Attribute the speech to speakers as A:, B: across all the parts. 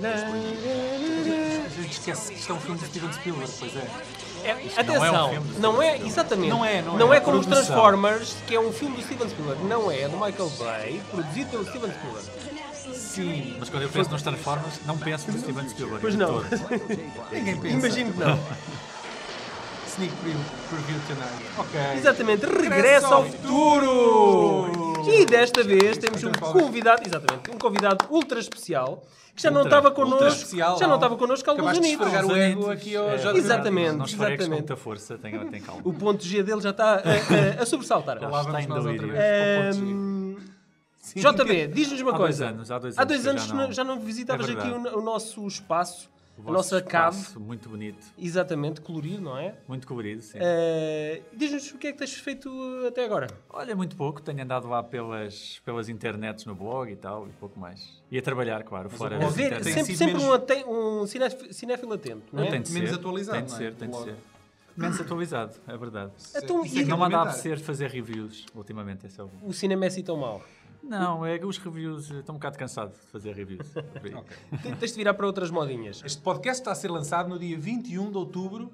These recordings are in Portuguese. A: Tarará.
B: A gente esquece que isto é um filme do Steven Spielberg, pois é.
A: É,
B: não é um
A: atenção,
B: filme do
A: não é,
B: Steven Spielberg.
A: exatamente,
B: Não é, não é.
A: como os
B: Produção.
A: Transformers, que é um filme do Steven Spielberg, não é, é do Michael Bay, produzido pelo Steven Spielberg.
B: Sim. Mas quando eu penso nos Transformers, não penso no Steven Spielberg.
A: Pois
B: de
A: não.
B: todo. Ninguém pensa.
A: Imagino que não.
B: Sneak preview, preview tonight. Ok.
A: Exatamente, regresso ao futuro! E desta vez temos um convidado, exatamente, um convidado ultra especial, que já não
B: Ultra-
A: estava
B: ultra
A: connosco,
B: especial,
A: já não
B: não.
A: estava connosco há alguns
B: Acabaste de
A: anos.
B: esfregar o ego aqui ao Jorge
A: Exatamente,
B: Não esfregues é, com
A: exatamente.
B: muita força, tenha, tenha calma.
A: O ponto G dele já está a, a- a sobressaltar.
B: Lá vamos nós outra
A: Ahm,
B: vez. para o ponto G. Sim.
A: JB,
C: é
A: diz-nos uma
B: Há dois
A: coisa.
B: anos, há dois
A: Há dois
B: anos
A: anos que
B: que eu já
A: não-
B: não-
A: já não visitavas
B: É
A: aqui
B: verdade.
A: o, o nosso espaço,
B: O
A: a
B: vosso
A: nossa cave,
B: espaço Muito bonito,
A: exatamente, colorido, não é?
B: muito colorido, sim.
A: Eh, Diz-nos o que é que tens feito até agora.
B: Olha, muito pouco. Tenho andado lá pelas, pelas internets no blog e tal, e pouco mais. E a trabalhar, claro, fora.
C: o
A: A
B: das
C: blog
A: ver,
C: tem
B: internet.
A: sempre,
C: sido
A: sempre
C: menos-
A: um, ate- um cinéfilo, cinéfilo atento, não é?
B: Tem de ser.
C: Menos atualizado,
B: Tem de
C: não é?
B: ser, tem de
C: Logo.
B: ser. Menos atualizado, é verdade.
A: Então,
C: Isso
A: e
C: é que
B: Não anda a
C: alimentar.
B: apetecer fazer reviews ultimamente, esse é o.
A: o cinema é assim tão mau?
B: Não, é que os reviews. eu Estou um bocado cansado de fazer reviews. É por aí.
C: Ok.
A: Te- Tens de virar para outras
B: É
A: modinhas.
C: Este podcast está a ser lançado no dia 21 de outubro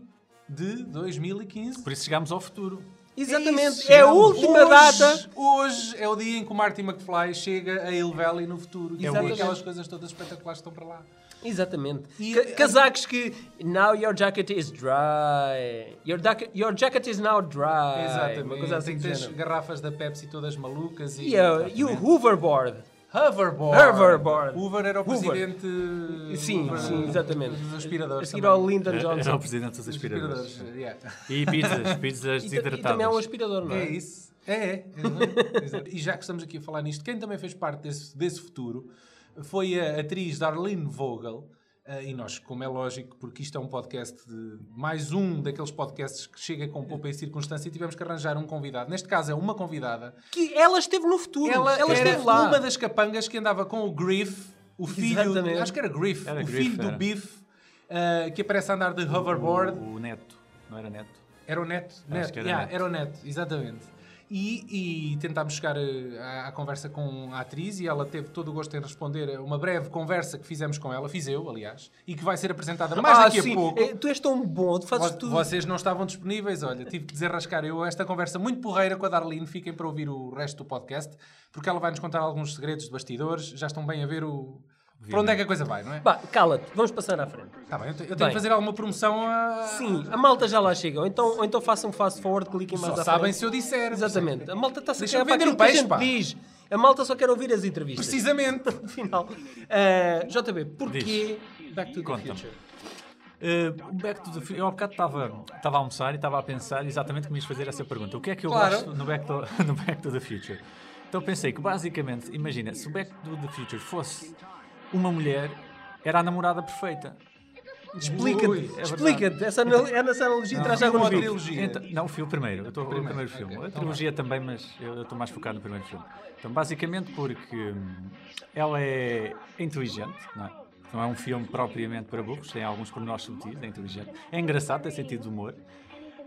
C: de 2015.
B: Por isso chegámos ao futuro.
A: Exatamente,
C: isso,
A: é a
C: chegamos.
A: última
C: Hoje-
A: data.
C: Hoje é o dia em que o Marty McFly chega a Hill Valley no futuro. É E
A: Exatamente.
C: aquelas coisas todas espetaculares que estão para lá.
A: Exatamente.
C: E-
B: é-
A: Ca- Casacos que. Now your jacket is dry. Your, dac- your jacket is now dry. Uma coisa assim
C: E
A: do
C: tens
A: género.
C: garrafas da Pepsi todas malucas e,
A: E, uh, e o hoverboard.
C: hoverboard.
A: Hoverboard.
C: Hoover era o
A: Hoover.
C: presidente.
A: Sim,
C: Hoover
A: sim, exatamente.
C: Dos aspiradores.
A: A seguir
C: também.
A: ao Lyndon
B: Era É, o
A: Johnson.
B: presidente dos
C: Dos
B: aspiradores.
C: yeah.
B: E pizzas, pizzas
A: E, ta- e também há um
B: desidratadas.
A: aspirador, não
C: É
A: é?
C: isso. É, é. Exato. Exato. e já que estamos aqui a falar nisto, quem também fez parte desse, desse futuro foi a atriz Darlene Vogel. eh, e nós, como é lógico, porque isto é um podcast, de, mais um daqueles podcasts que chega com poupa e circunstância, e tivemos que arranjar um convidado. Neste caso é uma convidada.
A: Que ela esteve no futuro. Ela,
C: Ela, era
A: esteve lá.
C: uma das capangas que andava com o Griff, o filho.
A: Exatamente.
C: Acho que era Griff,
B: Era
C: o
B: Griff,
C: filho
B: era.
C: do Biff, eh, que aparece a andar de hoverboard.
B: O neto. Não era neto?
C: Era o Neto. Neto,
B: que era
C: yeah,
B: Neto.
C: era o Neto, exatamente. E, e tentámos chegar eh, à, à conversa com a atriz e ela teve todo o gosto em responder a uma breve conversa que fizemos com ela, fiz eu, aliás, e que vai ser apresentada mais
A: Ah,
C: daqui
A: sim.
C: a pouco.
A: Eh, Tu és tão bom, tu fazes
C: Vo-
A: tudo.
C: Vocês não estavam disponíveis, olha, tive que desenrascar eu esta conversa muito porreira com a Darlene. Fiquem para ouvir o resto do podcast, porque ela vai nos contar alguns segredos de bastidores. Já estão bem a ver o. Para onde é que a coisa vai, não é?
A: Bah, cala-te, vamos passar à frente.
C: Tá bem, eu te- eu tenho
A: Bem.
C: que fazer alguma promoção a.
A: Sim, a malta já lá chega. Ou então, ou então façam fast forward, cliquem mais
C: Só
A: à
C: sabem
A: frente.
C: se eu disser.
A: Exatamente. A malta está-se a
C: Deixa-me
A: cagar para
C: vender
A: aquilo
C: o
A: que a
C: peixe,
A: gente
C: pá.
A: diz. A malta só quer ouvir as entrevistas.
C: Precisamente.
A: Afinal. Ah, JB, porquê Back to the
B: Conta-me.
A: Future?
B: Uh, back to the Future. Eu há bocado estava estava a almoçar e estava a pensar exatamente como ias fazer essa pergunta. O que é que eu
C: Claro.
B: gosto no back, to, no back to the Future? Então pensei que basicamente, imagina, se o Back to the Future fosse uma mulher, era a namorada perfeita.
A: Explica-te,
C: Ui, é verdade.
A: explica-te. Essa, anal essa analogia traz
C: não,
A: alguns
C: não,
A: bicos.
C: trilogia.
B: Então- não, o filme primeiro. Eu estou no primeiro filme.
C: ok,
B: a
C: então
B: trilogia também, mas eu eu estou mais focado no primeiro filme. Então, basicamente porque hum, ela é inteligente, não é? Não é um filme propriamente para burros, tem alguns pormenores subtis, é inteligente. É engraçado, tem sentido de humor.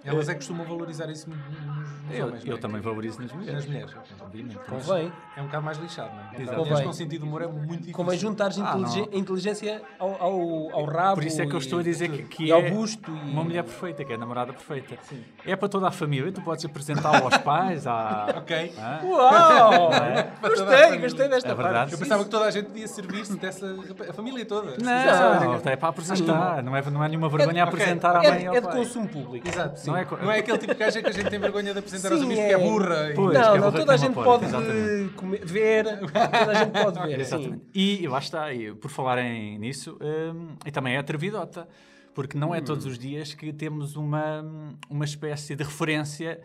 C: Elas é que costumam valorizar isso muito nos nos
B: Eu,
C: homens,
B: eu
C: não é?
B: também valorizo nas mulheres.
C: Nas mulheres.
B: Obviamente.
A: Convém.
C: É um bocado mais lixado, não é?
B: Exato.
C: As mulheres
A: Convém.
C: com sentido de humor é muito difícil.
A: Convém juntares
B: Ah, não.
A: inteligen- inteligência ao, ao, ao rabo.
B: Por isso é que eu estou a dizer que, que
A: e
B: é
A: ao busto e-
B: uma mulher perfeita, que é a namorada perfeita. É para toda a família, tu podes apresentá-la aos pais, à...
C: Ok.
B: Hã?
A: Uau!
C: Para toda a
A: gostei,
C: família.
A: gostei desta
B: É verdade.
A: parte.
C: Eu pensava que toda a gente podia servir-se dessa a família toda.
B: Não, não, é para apresentar, não é, não é nenhuma vergonha
A: É-
B: apresentar à mãe e
A: É,
B: ao
A: é de
B: pai.
A: consumo público.
B: Não
C: Exato. Não
B: é
C: é,
B: co-
C: aquele tipo de gaja que a gente tem vergonha de apresentar aos amigos porque é burra. e-
A: não,
B: Pois, que é
A: não, toda
B: burra
A: a
B: que não
A: gente
B: pode,
A: pode,
B: exatamente.
A: comer- ver, toda a gente pode ver. sim.
B: Exatamente. E lá está, e por falarem nisso, hum, e também é atrevidota, porque não é todos os dias que temos uma, uma espécie de referência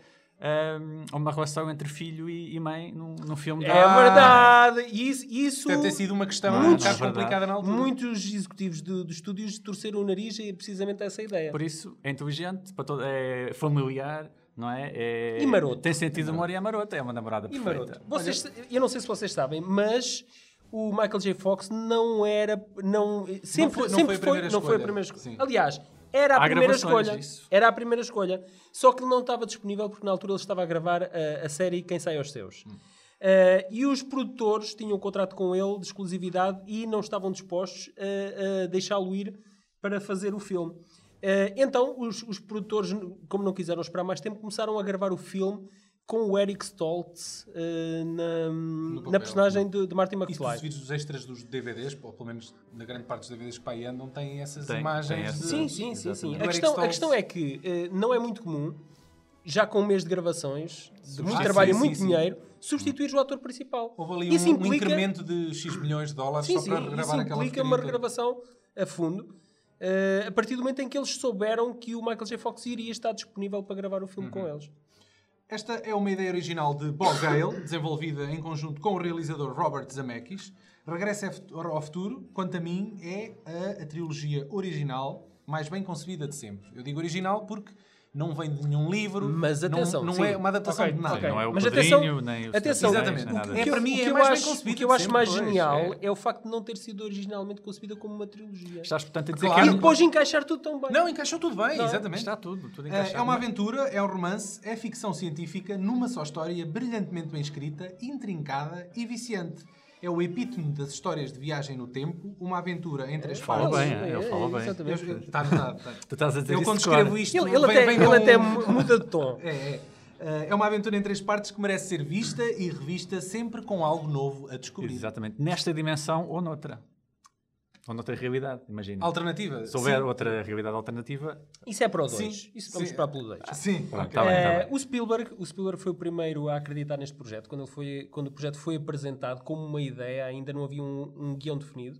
B: hum, a uma relação entre filho e, e mãe num, num filme Ah,
A: É
B: da-
A: verdade, e isso, isso
C: Deve ter sido uma questão
B: Não,
C: um
B: não,
C: bocado
B: é verdade.
C: complicada na altura.
A: muitos executivos de- dos estúdios torceram o nariz e é precisamente essa ideia.
B: Por isso, é inteligente, para todo, é familiar, não é? É-
A: E maroto.
B: Tem sentido de humor e é marota, é uma namorada
A: E
B: perfeita.
A: maroto, vocês, eu não sei se vocês sabem, mas o Michael J. Fox não era, não sempre
C: Não foi- não
A: sempre
C: foi a primeira
A: não foi a
C: escolha.
A: primeira escolha.
C: Sim.
A: Aliás, era a
B: Há
A: primeira
B: gravações
A: escolha.
B: disso.
A: Era a primeira eh, escolha. Só que ele não estava disponível porque na altura ele estava a gravar a, a série Quem Sai aos Seus. Eh, e os produtores tinham um contrato com ele de exclusividade e não estavam dispostos a, a deixá-lo ir para fazer o filme. Eh, então, os, os produtores, como não quiseram esperar mais tempo, começaram a gravar o filme com o Eric Stoltz eh, na, na
C: papel.
A: personagem de, de Martin
C: Isto os
A: McFly.
C: vídeos dos extras dos DVDs, ou pelo menos na grande parte dos DVDs que para aí andam, têm essas
B: Tem-
C: imagens.
B: tem essas.
C: de-
A: Sim, sim, sim. sim.
C: Exatamente.
A: A,
C: Do
A: questão,
C: Eric
A: a questão
C: Stoltz.
A: é que eh, não é muito comum, já com um mês de gravações, de muito
C: sim, Ah,
A: trabalho
C: sim,
A: e muito
C: sim.
A: dinheiro, substituir o ator principal.
C: Houve ali
A: Isso
C: um, um
A: implica-
C: incremento de X milhões de dólares
A: Sim,
C: só
A: sim,
C: para regravar
A: isso
C: aquela
A: implica uma
C: porcaria toda.
A: regravação a fundo. eh, a partir do momento em que eles souberam que o Michael J. Fox iria estar disponível para gravar o filme
C: Uhum.
A: com eles.
C: Esta é uma ideia original de Bob Gale, desenvolvida em conjunto com o realizador Robert Zemeckis. Regressa ao Futuro, quanto a mim, é a, a trilogia original mais bem concebida de sempre. Eu digo original porque não vem de nenhum livro,
A: Mas
C: não-
A: atenção,
C: não,
A: sim.
C: é uma adaptação
A: Ok,
C: de nada.
A: ok.
B: Não é o
A: Mas
B: Padrinho,
A: atenção-
B: nem os
A: atenção,
B: Trapalhões, nem
C: exatamente.
B: nada
C: O que é
B: disso.
C: para mim
A: o
C: é
A: que eu
C: mais bem
A: acho-
C: concebida
A: O que eu
C: de
A: acho
C: sempre,
A: mais
C: pois,
A: genial
C: é.
A: é. o facto de não ter sido originalmente concebida como uma trilogia.
B: Estás, portanto, a dizer
C: Claro.
B: que
A: E
B: é um-
A: depois encaixar tudo tão bem.
C: Não, encaixou tudo bem, exatamente.
B: Está tudo, tudo
C: Eh,
B: encaixado.
C: É uma aventura, é um romance, é ficção científica numa só história brilhantemente bem escrita, intrincada e viciante. É o epítome das histórias de viagem no tempo, uma aventura entre as
B: Fala
C: partes.
B: bem, é, ele fala bem.
A: exatamente.
C: Eu- eu- Tá notado, tá.
B: Tu estás a dizer
C: Eu
B: isso
C: quando
B: de cor.
C: escrevo isto,
A: Ele, ele
C: vem-
A: até,
C: vem
A: ele
C: com-
A: até mu- muda de tom.
C: É, é. Eh, É uma aventura entre as partes que merece ser vista e revista sempre com algo novo a descobrir.
B: Exatamente. Nesta dimensão ou noutra. Ou noutra realidade, imagina.
C: Alternativa?
B: Se houver
C: Sim.
B: outra realidade alternativa,
A: Isso é para o 2.
C: Sim,
A: Isso vamos
C: sim. Ah,
A: para pelo 2.
C: Sim.
B: Pronto,
C: ok.
B: tá bem.
A: Ah, Eh, o, Spielberg, o Spielberg foi o primeiro a acreditar neste projeto. Quando, ele foi, quando o projeto foi apresentado como uma ideia, ainda não havia um, um guião definido.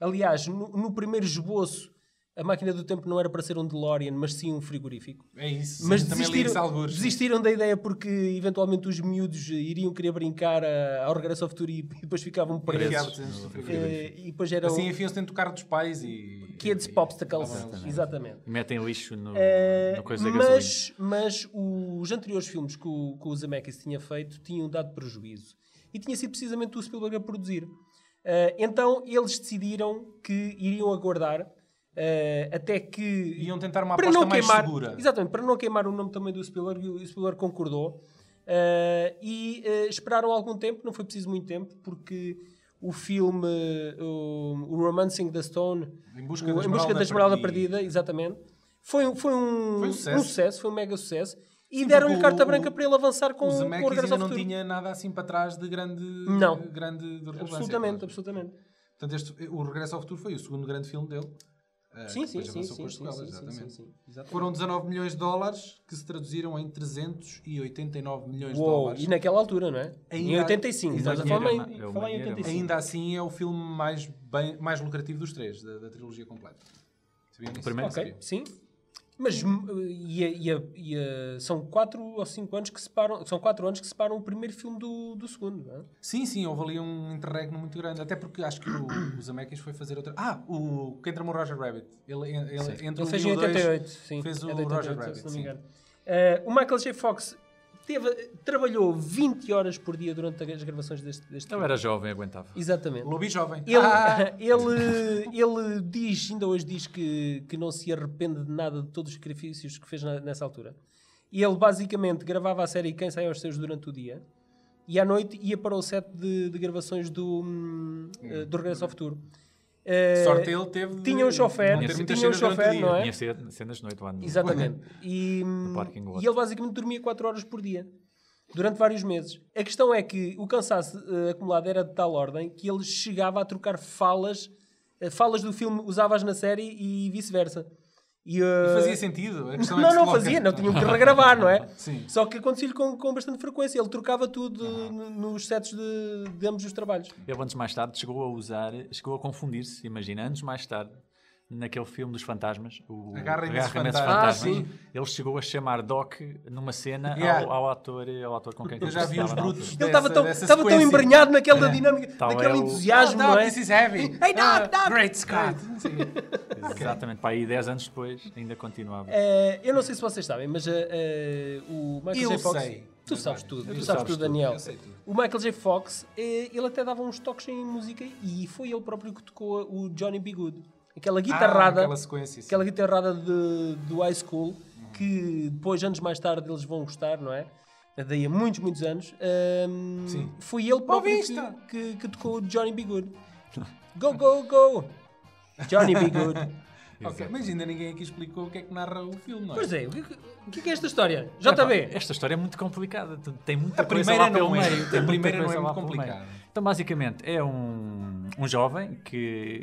A: Aliás, no, no primeiro esboço, a máquina do tempo não era para ser um DeLorean, mas sim um frigorífico.
C: É isso.
A: Mas
C: Sim, também li isso
A: desistiram,
C: algures.
A: desistiram da ideia porque eventualmente os miúdos iriam querer brincar a, ao regresso ao futuro e, e depois ficavam presos.
C: Enfiava-te antes do frigorífico.
A: Eh, e depois eram
C: Assim enfiam-se dentro do carro dos pais e...
A: kids
C: e-
A: popsicles.
C: Exatamente.
A: Exatamente.
B: metem lixo no,
C: É,
A: Eh,
B: na coisa da gasolina.
A: mas, mas os anteriores filmes que o, que o Zemeckis tinha feito tinham dado prejuízo. E tinha sido precisamente o Spielberg a produzir. Eh, então eles decidiram que iriam aguardar eh, até que.
C: Iam tentar uma aposta mais
A: queimar,
C: segura.
A: Exatamente, para não queimar o nome também do Spielberg, e o Spielberg concordou. Eh, e eh, esperaram algum tempo, não foi preciso muito tempo, porque o filme, eh, o, o Romancing the Stone,
C: Em busca
A: o-
C: da
A: em busca
C: Esmeralda
A: da Esmeralda
C: Perdida.
A: Perdida, né, exatamente, foi, um- foi, um,
C: Foi um
A: um
C: sucesso.
A: sucesso. foi um mega sucesso. E
C: Sim,
A: deram-lhe
C: porque
A: carta
C: o-
A: branca para ele avançar com,
C: o
A: com o
C: Zemeckis
A: regresso
C: ainda
A: ao
C: não
A: futuro.
C: tinha nada assim para trás de grande,
A: Não.
C: de grande de relevância.
A: Absolutamente,
C: Claro.
A: absolutamente.
C: Portanto, este, o Regresso ao Futuro foi o segundo grande filme dele. eh,
A: Sim,
C: que
A: sim,
C: depois
A: sim,
C: avançou com
A: sim,
C: as
A: sim,
C: sequelas,
A: sim, sim,
C: exatamente.
A: sim, sim, exatamente.
C: Foram 19 milhões de dólares que se traduziram em 389 milhões de
A: Uou,
C: dólares.
A: e naquela altura, não é?
C: Ainda-
A: em 85,
C: ainda
A: estás a
B: dinheiro,
A: falar
B: é uma- é
A: em,
B: uma
A: falar em
B: dinheiro,
A: 85.
C: Ainda assim é o filme mais, bem, mais lucrativo dos três, da, da trilogia completa. Sabiam disso?
B: primeiro?
C: Não
A: Ok,
C: sabia.
A: sim. Mas uh, e, a- e a- e a- são 4 ou 5 anos que separam, são 4 anos que separam o primeiro filme do, do segundo, não é?
C: Sim, sim, houve ali um interregno muito grande. Até porque acho que o, o Zemeckis foi fazer outra. Ah, o quem tramou o Roger Rabbit. Ele, ele, entre
A: Ele
C: um
A: fez
C: e
A: em
C: o dois,
A: 88, sim.
C: Fez
A: é
C: o
A: de
C: Roger
A: 88,
C: Rabbit.
A: se não me
C: sim.
A: engano. Eh, o Michael J. Fox teve- trabalhou 20 horas por dia durante as gravações deste, deste
B: Eu
A: filme.
B: era jovem, aguentava.
A: Exatamente.
C: Lobby Jovem.
A: Ele,
C: É Ah!
A: ele, ele diz, ainda hoje diz que, que não se arrepende de nada de todos os sacrifícios que fez na- nessa altura. E ele basicamente gravava a série Quem Sai aos Seus durante o dia e à noite ia para o set de, de gravações do, hum, eh, do Regresso ao Futuro. Eh,
C: Sorte ele teve. de
A: tinha um chofer,
C: não ter
B: tinha
C: muitas
A: um
C: cenas durante o
A: chofer,
C: dia.
A: não é?
B: Tinha ce- cenas de noite lá no...
A: Exatamente. E,
B: parking lot.
A: e ele basicamente dormia 4 horas por dia, durante vários meses. A questão é que o cansaço eh, acumulado era de tal ordem que ele chegava a trocar falas, eh, falas do filme, usavas na série e vice-versa. E, eh,
C: E fazia sentido. A questão é
A: não,
C: que se
A: não
C: coloca-
A: fazia, não um tinham que regravar, não é?
C: Sim.
A: Só que acontecia-lhe com, com bastante frequência. Ele trocava tudo n- nos sets de, de ambos os trabalhos.
B: Ele anos mais tarde chegou a usar, chegou a confundir-se, imagina, anos mais tarde, naquele filme dos fantasmas, o
C: Agarra Imensos
B: Imensos
C: Fantasmas.
A: Ah,
B: ele chegou a chamar Doc numa cena
C: Yeah.
B: ao, ao ator, ao ator com quem
C: Eu já vi os
B: conversava na
C: brutos.
B: altura.
A: Ele estava
C: dessa-
A: tão,
C: dessa
A: estava tão
C: sequência.
A: embranhado naquela dinânica,
B: Tava
A: naquele
B: eu-
A: entusiasmo,
C: Oh, Doc,
A: não é?
C: this is heavy.
A: Hey, Doc,
C: Ah,
A: Doc.
C: Great Scott. Sim.
B: Exatamente, para aí 10 anos depois ainda
C: É,
B: continuava.
A: Eh, eu não sei se vocês sabem, mas eh, eh, o Michael
C: Eu
A: J. Fox.
C: sei.
A: Tu sabes
C: Vai.
A: tudo,
B: Eu
A: tu
B: sei.
A: sabes
B: Sabes
A: tudo,
B: tudo,
A: Daniel.
C: eu sei tudo.
A: O Michael J. Fox, eh, ele até dava uns toques em música e foi ele próprio que tocou o Johnny B. Good. Aquela guitarrada,
C: Ah, aquela
A: aquela,
C: sequência. sim.
A: guitarrada de, do high school, que depois, anos mais tarde, eles vão gostar, não é? Eh, daí a muitos, muitos anos, ahm,
C: Sim.
A: foi ele próprio
C: vista.
A: que, que, que tocou o Johnny B. Good. Go, go, go! Johnny B. Good.
C: Ok, mas ainda ninguém aqui explicou o que é que narra o filme, não é?
A: Pois é, o que, o que é esta história?
B: Epá,
A: JB!
B: Esta história é muito complicada. tu- Tem muita
C: A
B: coisa
C: primeira
B: lá pelo
C: não é.
B: meio.
C: A
B: tem muita
C: primeira não
B: coisa
C: é
B: lá
C: muito
B: pelo meio.
C: complicada.
B: Então, basicamente, é um, um jovem que.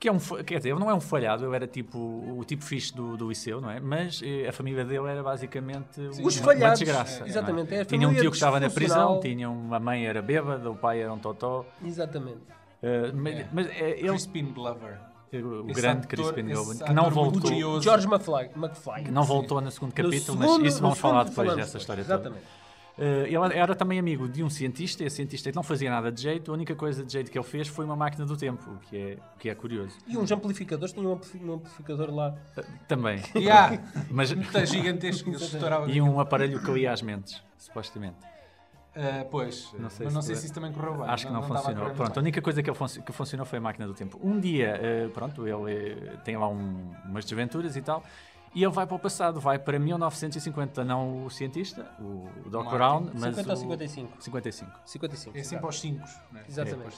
B: Que é um, fa- quer dizer, ele não é um falhado, ele era tipo o tipo fixe do, do Liceu, não é? Mas eh, a família dele era basicamente um-
A: Os
B: uma-
A: falhados,
B: uma desgraça.
A: é,
B: não é?
A: exatamente, é a
B: tinha um
A: família
B: tio que estava na prisão,
A: disfuncional.
B: tinha uma mãe era bêbada, o pai era um totó.
A: Exatamente.
B: eh, mas
C: É.
B: mas é, ele,
C: Crispin Glover.
B: o
C: Esse
B: grande
C: ator-
B: Crispin
C: esse
B: Glover, que
C: ator
B: não
C: muito
B: voltou,
C: curioso.
A: George McFly. McFly.
B: que não voltou no segundo
A: No
B: capítulo,
A: segundo-
B: mas isso
A: no
B: vamos falar
A: segundo
B: depois
A: falamos
B: dessa história
A: depois,
B: toda.
A: Exatamente.
B: Eh, ele era também amigo de um cientista, e esse cientista não fazia nada de jeito, a única coisa de jeito que ele fez foi uma máquina do tempo, o que é, o que é curioso.
A: E uns amplificadores, tinha um ampli- um amplificador lá.
B: Eh, também.
C: E há
B: Mas,
C: muito gigantesco, ele estourava.
B: e um aparelho que lia as mentes, supostamente.
C: Ah, pois,
B: Não sei
C: mas não
B: se-
C: sei se isso também correu bem.
B: Acho que não,
C: estava a
B: funcionou.
C: correr
B: Pronto, a
C: muito
B: única coisa que, ele func- que funcionou foi a máquina do tempo. Um dia, eh, pronto, ele eh, tem lá um- umas desventuras e tal, e ele vai para o passado, vai para 1950, não o cientista, o, o Doc
C: Martin.
B: Brown, mas
A: 50 ou
B: o-
A: 55?
B: 55.
A: 55.
C: bem. É sempre aos 5.
A: então- Exatamente.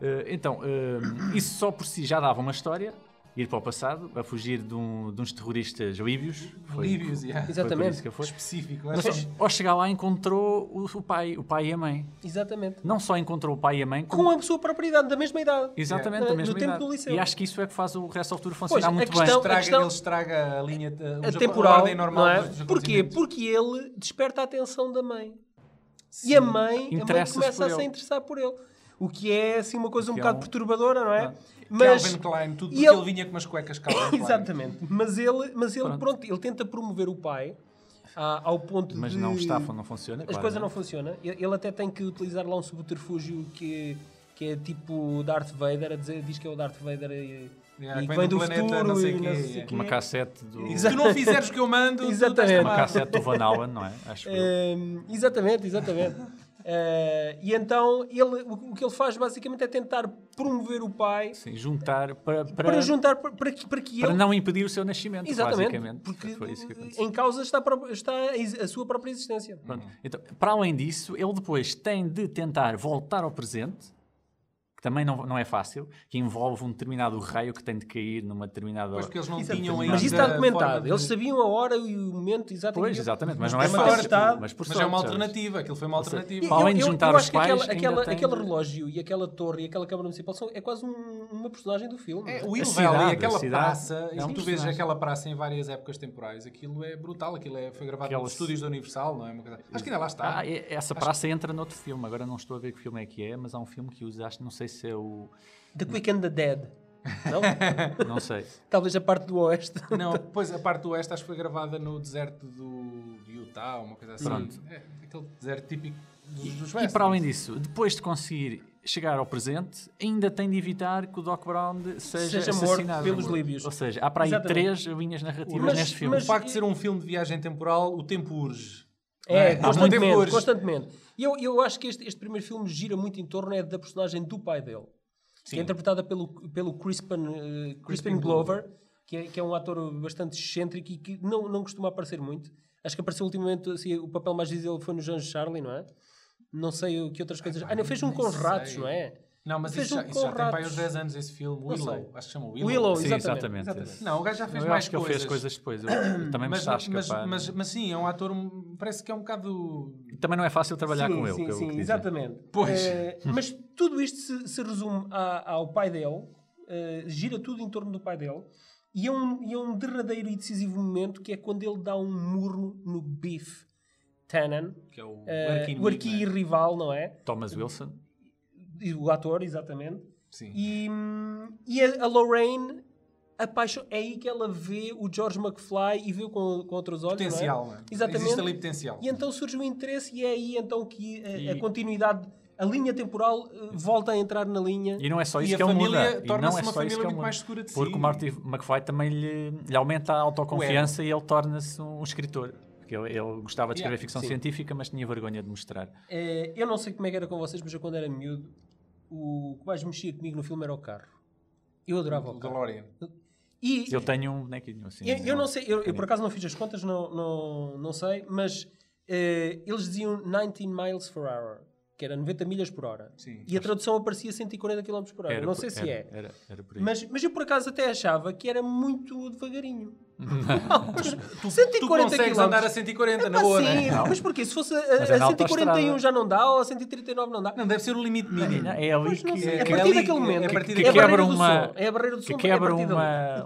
B: Eh, então, eh, isso só por si já dava uma história. Ir para o passado, a fugir de, um- de uns terroristas líbios. Foi-
C: Líbios,
B: foi
C: yeah.
B: por
A: Exatamente.
B: isso que foi.
C: Foi específico. é
B: Mas
C: Mas,
B: ao chegar lá encontrou o, o pai, o pai e a mãe.
A: Exatamente.
B: Não só encontrou o pai e a mãe, como...
A: Com a sua própria idade, da mesma idade.
B: Exatamente,
A: É,
B: da
A: no
B: mesma
A: tempo
B: idade.
A: do liceu.
B: E acho que isso é que faz o resto ao futuro funcionar
A: a
B: muito
A: questão-
B: bem.
C: estraga,
A: questão-
C: Ele estraga a linha a
A: A temporal,
C: ordem normal
A: não é?
C: dos- dos
A: Porquê?
C: acontecimentos.
A: Porque ele desperta a atenção da mãe. E a mãe, a mãe
B: Interessa-se
A: começa
B: por
A: a se
B: ele.
A: interessar por ele. O que é, assim, uma coisa um
B: que é
A: bocado
B: um-
A: perturbadora, não é?
C: Calvin Klein, tudo
A: e
C: porque ele...
A: ele-
C: vinha com umas cuecas Calvin Klein.
A: Exatamente. Mas ele, mas ele
B: Pronto.
A: pronto. ele tenta promover o pai ah, ao ponto
B: Mas
A: de...
B: não está, não é? funciona.
A: As
B: claro, né?
A: coisas não funcionam. Ele ele até tem que utilizar lá um subterfúgio que, que é tipo Darth Vader, a dizer, diz que é o Darth Vader e,
C: Yeah,
A: e que
C: É, que vem
A: vem
C: do
A: do
C: planeta,
A: futuro
C: não sei
A: e
C: quê, é.
A: não
C: yeah.
A: sei
B: Uma
A: quê.
B: cassete do...
C: E Se tu não fizeres o que eu mando, tu estás
A: Exatamente.
B: Uma
C: tramado.
B: cassete do Van Allen, não é? Acho eu.
A: Hum, exatamente, exatamente. Eh, e então ele, o, o que ele faz basicamente é tentar promover o pai
B: Sim, juntar para...
A: para, juntar para, para que, para que
B: para
A: ele.
B: não impedir o seu nascimento,
A: exatamente,
B: basicamente.
A: porque
B: Foi isso que aconteceu.
A: em causa está, a pró- está a ex- a sua própria existência.
B: Pronto.
C: Hum.
B: Então, para além disso, ele depois tem de tentar voltar ao presente, que também não, não é fácil, que envolve um determinado raio que tem de cair numa determinada hora.
C: Pois porque eles não tinham ainda.
A: Mas isso está
C: a forma
A: documentado.
C: de-
A: Eles sabiam a hora e o momento exato. em
B: Pois,
A: que-
B: exatamente, mas não
A: Tem
B: é
A: uma
B: fácil.
A: tempestade.
B: Mas por
C: Mas é uma
B: sorte, sabes?
C: alternativa, aquilo foi uma
B: seja,
C: alternativa.
B: Para além de juntar os
A: acho que aquela-
B: pais, ainda
A: aquela-
B: tem
A: aquele
B: de-
A: relógio e aquela torre e aquela câmara municipal são, é quase um- uma personagem do filme.
C: É,
A: não
C: o
B: A
C: Hill
B: cidade,
C: Valley,
B: a
C: aquela
B: cidade.
C: praça,
B: É
C: e
B: um
C: se tu vês
B: personagem.
C: aquela praça em várias épocas temporais, aquilo é brutal, aquilo é, foi gravado
B: Aquelas-
C: nos estúdios da Universal, não é? Uma coisa- Acho que ainda lá está.
B: Ah, é- essa praça entra noutro filme. Agora não estou a ver que filme é que é, mas há um filme que usa, acho que não sei se é o.
A: The Quick and the Dead. Não?
B: Não sei.
A: Talvez a parte do Oeste.
C: Não, depois a parte do oeste acho que foi gravada no deserto do de Utah, uma coisa assim.
B: Pronto.
C: É, aquele deserto típico dos, dos
B: e
C: westerns.
B: para além disso, depois de conseguir chegar ao presente, ainda tem de evitar que o Doc Brown de- seja,
A: Seja morto
B: assassinado.
A: pelos líbios.
B: Ou seja, há para aí
A: Exatamente.
B: três linhas narrativas
A: Mas-
B: neste filme.
C: O facto de ser um filme de viagem temporal, o tempo urge.
A: É,
C: Há muito tempo
A: constantemente.
C: urge.
A: constantemente. E eu, eu acho que este, este primeiro filme gira muito em torno é da personagem do pai dele. Que é interpretada pelo, pelo Crispin, eh, Crispin Glover, que é, que é um ator bastante excêntrico e que não, não costuma aparecer muito. Acho que apareceu ultimamente, assim, o papel mais visível foi no Jean Charlie, não é? Não sei o que outras coisas... Ah, não, fez um
C: nem
A: com os ratos,
C: sei.
A: não é?
C: Não, mas
A: Fez
C: isso
A: um
C: já, isso já
A: com
C: tem é para aí
A: ratos.
C: uns 10 anos esse filme,
A: Não
C: Willow,
A: sei.
C: acho que chama Willow.
A: Willow,
B: Sim,
A: oh, exatamente.
B: exatamente.
A: exatamente.
C: Não, o gajo já fez
B: Eu
C: mais
B: acho que ele fez coisas depois. Eu, eu também
C: Mas,
B: me está a
C: mas,
B: escapar.
C: mas, mas sim, é um ator, um- parece que é um bocado
B: Também não é fácil trabalhar
A: sim,
B: com ele.
A: Sim,
B: pelo que
A: sim,
B: dizem.
A: exatamente.
C: Pois.
A: Eh, mas tudo isto se, se resume a- ao pai dele, eh, gira tudo em torno do pai dele, e é, um, e é um derradeiro e decisivo momento que é quando ele dá um murro no Biff Tannen,
C: que é o né?
A: eh,
C: arqui-inimigo,
A: o arqui-rival, não é?
B: Thomas Wilson.
A: E O ator, exatamente.
C: Sim.
A: E, hum, e a, a Lorraine. apaixo- É aí que ela vê o George McFly e vê com, com outros olhos.
C: potencial,
A: não é?
C: mano.
A: Exatamente.
C: Existe ali potencial.
A: E então surge o interesse e é aí então que a, a
B: E-
A: continuidade, a linha temporal eh, volta a entrar na linha.
B: E não é só
C: E
B: isso
C: a
B: que ele
C: família
B: muda. E não
C: torna-se
B: é
C: uma
B: só isso
C: família
B: que ele
C: muito
B: muda.
C: mais segura de si.
B: Porque o Marty McFly também lhe, lhe aumenta a
A: É.
B: autoconfiança e ele torna-se um escritor. Porque ele, ele gostava de escrever
C: Yeah,
B: ficção
A: sim.
B: científica, mas tinha vergonha de mostrar.
A: Eh, eu não sei como é que era com vocês, mas eu quando era miúdo, o que mais mexia comigo no filme era o carro. Eu adorava o
C: O
A: carro.
C: DeLorean.
A: E
B: Eu tenho um bonequinho assim.
A: eu, eu não sei, eu, eu por acaso não fiz as contas, não, não, não sei, mas eh, eles diziam 19 miles per hour, que era 90 milhas por hora.
C: Sim.
A: e a tradução aparecia 140 km por hora.
B: Era
A: Não
B: por-
A: sei se
B: era-
A: é.
B: Era, era por aí.
A: Mas, mas eu por acaso até achava que era muito devagarinho. Mas
C: Tu
A: 140
C: consegues
A: km.
C: andar a 140 na
A: Pá,
C: boa, não
A: sim,
C: é?
A: mas porquê? Se fosse a,
B: Mas
A: a
B: é na
A: 141
B: autoestrada.
A: já não dá, ou a 139 não dá.
C: Não, deve ser o limite mínimo.
B: Não, é ali
A: Pois não
B: que,
A: sei, é a
B: que-
A: partir
C: ali-
A: daquele
C: é a
A: momento
C: partir
A: é
C: daquele-
A: a barreira
B: quebra
A: do
B: uma-
A: som. É a barreira do som.
B: que
A: é a
B: quebra
A: partir dali.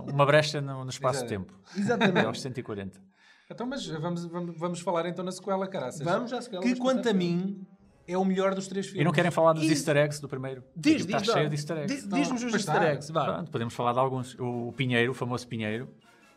B: uma, uma brecha no, no espaço-tempo. É aos 140.
C: Então, mas vamos, vamos, vamos falar então na sequela, caraças.
A: Vamos à sequela,
C: Que
A: mas
C: quanto a
A: começamos.
C: mim é o melhor dos três filmes.
B: E não querem falar dos
A: Isso.
B: easter eggs do primeiro?
A: Diz,
B: Aquilo está
A: diz,
B: cheio
A: dá.
B: de easter eggs.
A: Diz- Diz-nos os
C: Pois
A: easter
C: está.
A: eggs, vá.
B: Pronto, podemos falar de alguns. O Pinheiro, o famoso Pinheiro.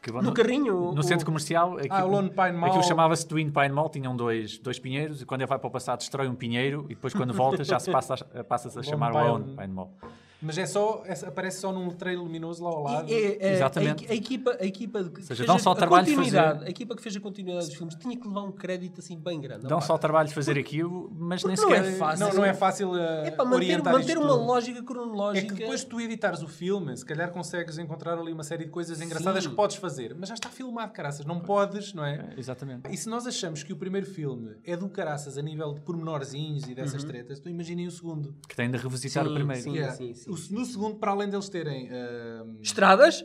B: Que
A: No carrinho,
B: No
A: o- Ah,
B: centro comercial. Aquilo,
C: o Lone Pine Mall.
B: Aquilo chamava-se Twin Pine Mall. Tinham dois, dois pinheiros. E quando ele vai para o passado, destrói um pinheiro. E depois, quando volta, já se passa a, passa-se a
C: Lone
B: chamar
C: Pine-
B: Lone Pine Mall.
C: Mas é só, é- aparece só num letreiro luminoso lá ao lado.
A: E, é, é,
B: Exatamente.
A: A, a equipa, a equipa de- que
B: seja,
A: fez
B: dão só
A: a
B: o trabalho de
A: continuidade,
B: fazer-
A: A equipa que fez a continuidade dos filmes tinha que levar um crédito assim bem grande.
B: Dão
A: opá.
B: só o trabalho de fazer aquilo, mas nem
A: Porque não
B: sequer.
A: é fácil.
C: não, não é fácil uh,
A: É para manter,
C: orientar
A: manter
C: isto
A: uma
C: tudo.
A: lógica
C: É
A: cronológica.
C: que depois de tu editares o filme, se calhar consegues encontrar ali uma série de coisas engraçadas
A: Sim.
C: que podes fazer. Mas já está filmado, caraças. Não podes, não é?
B: Exatamente.
C: E se nós achamos que o primeiro filme é do caraças a nível de pormenorzinhos e dessas tretas, então imaginem o segundo.
B: Que tem de revisitar
A: Sim,
B: o primeiro.
A: Uhum. sim.
C: Yeah.
A: sim.
C: O- no segundo, para além deles terem. eh, ahm,
A: Estradas?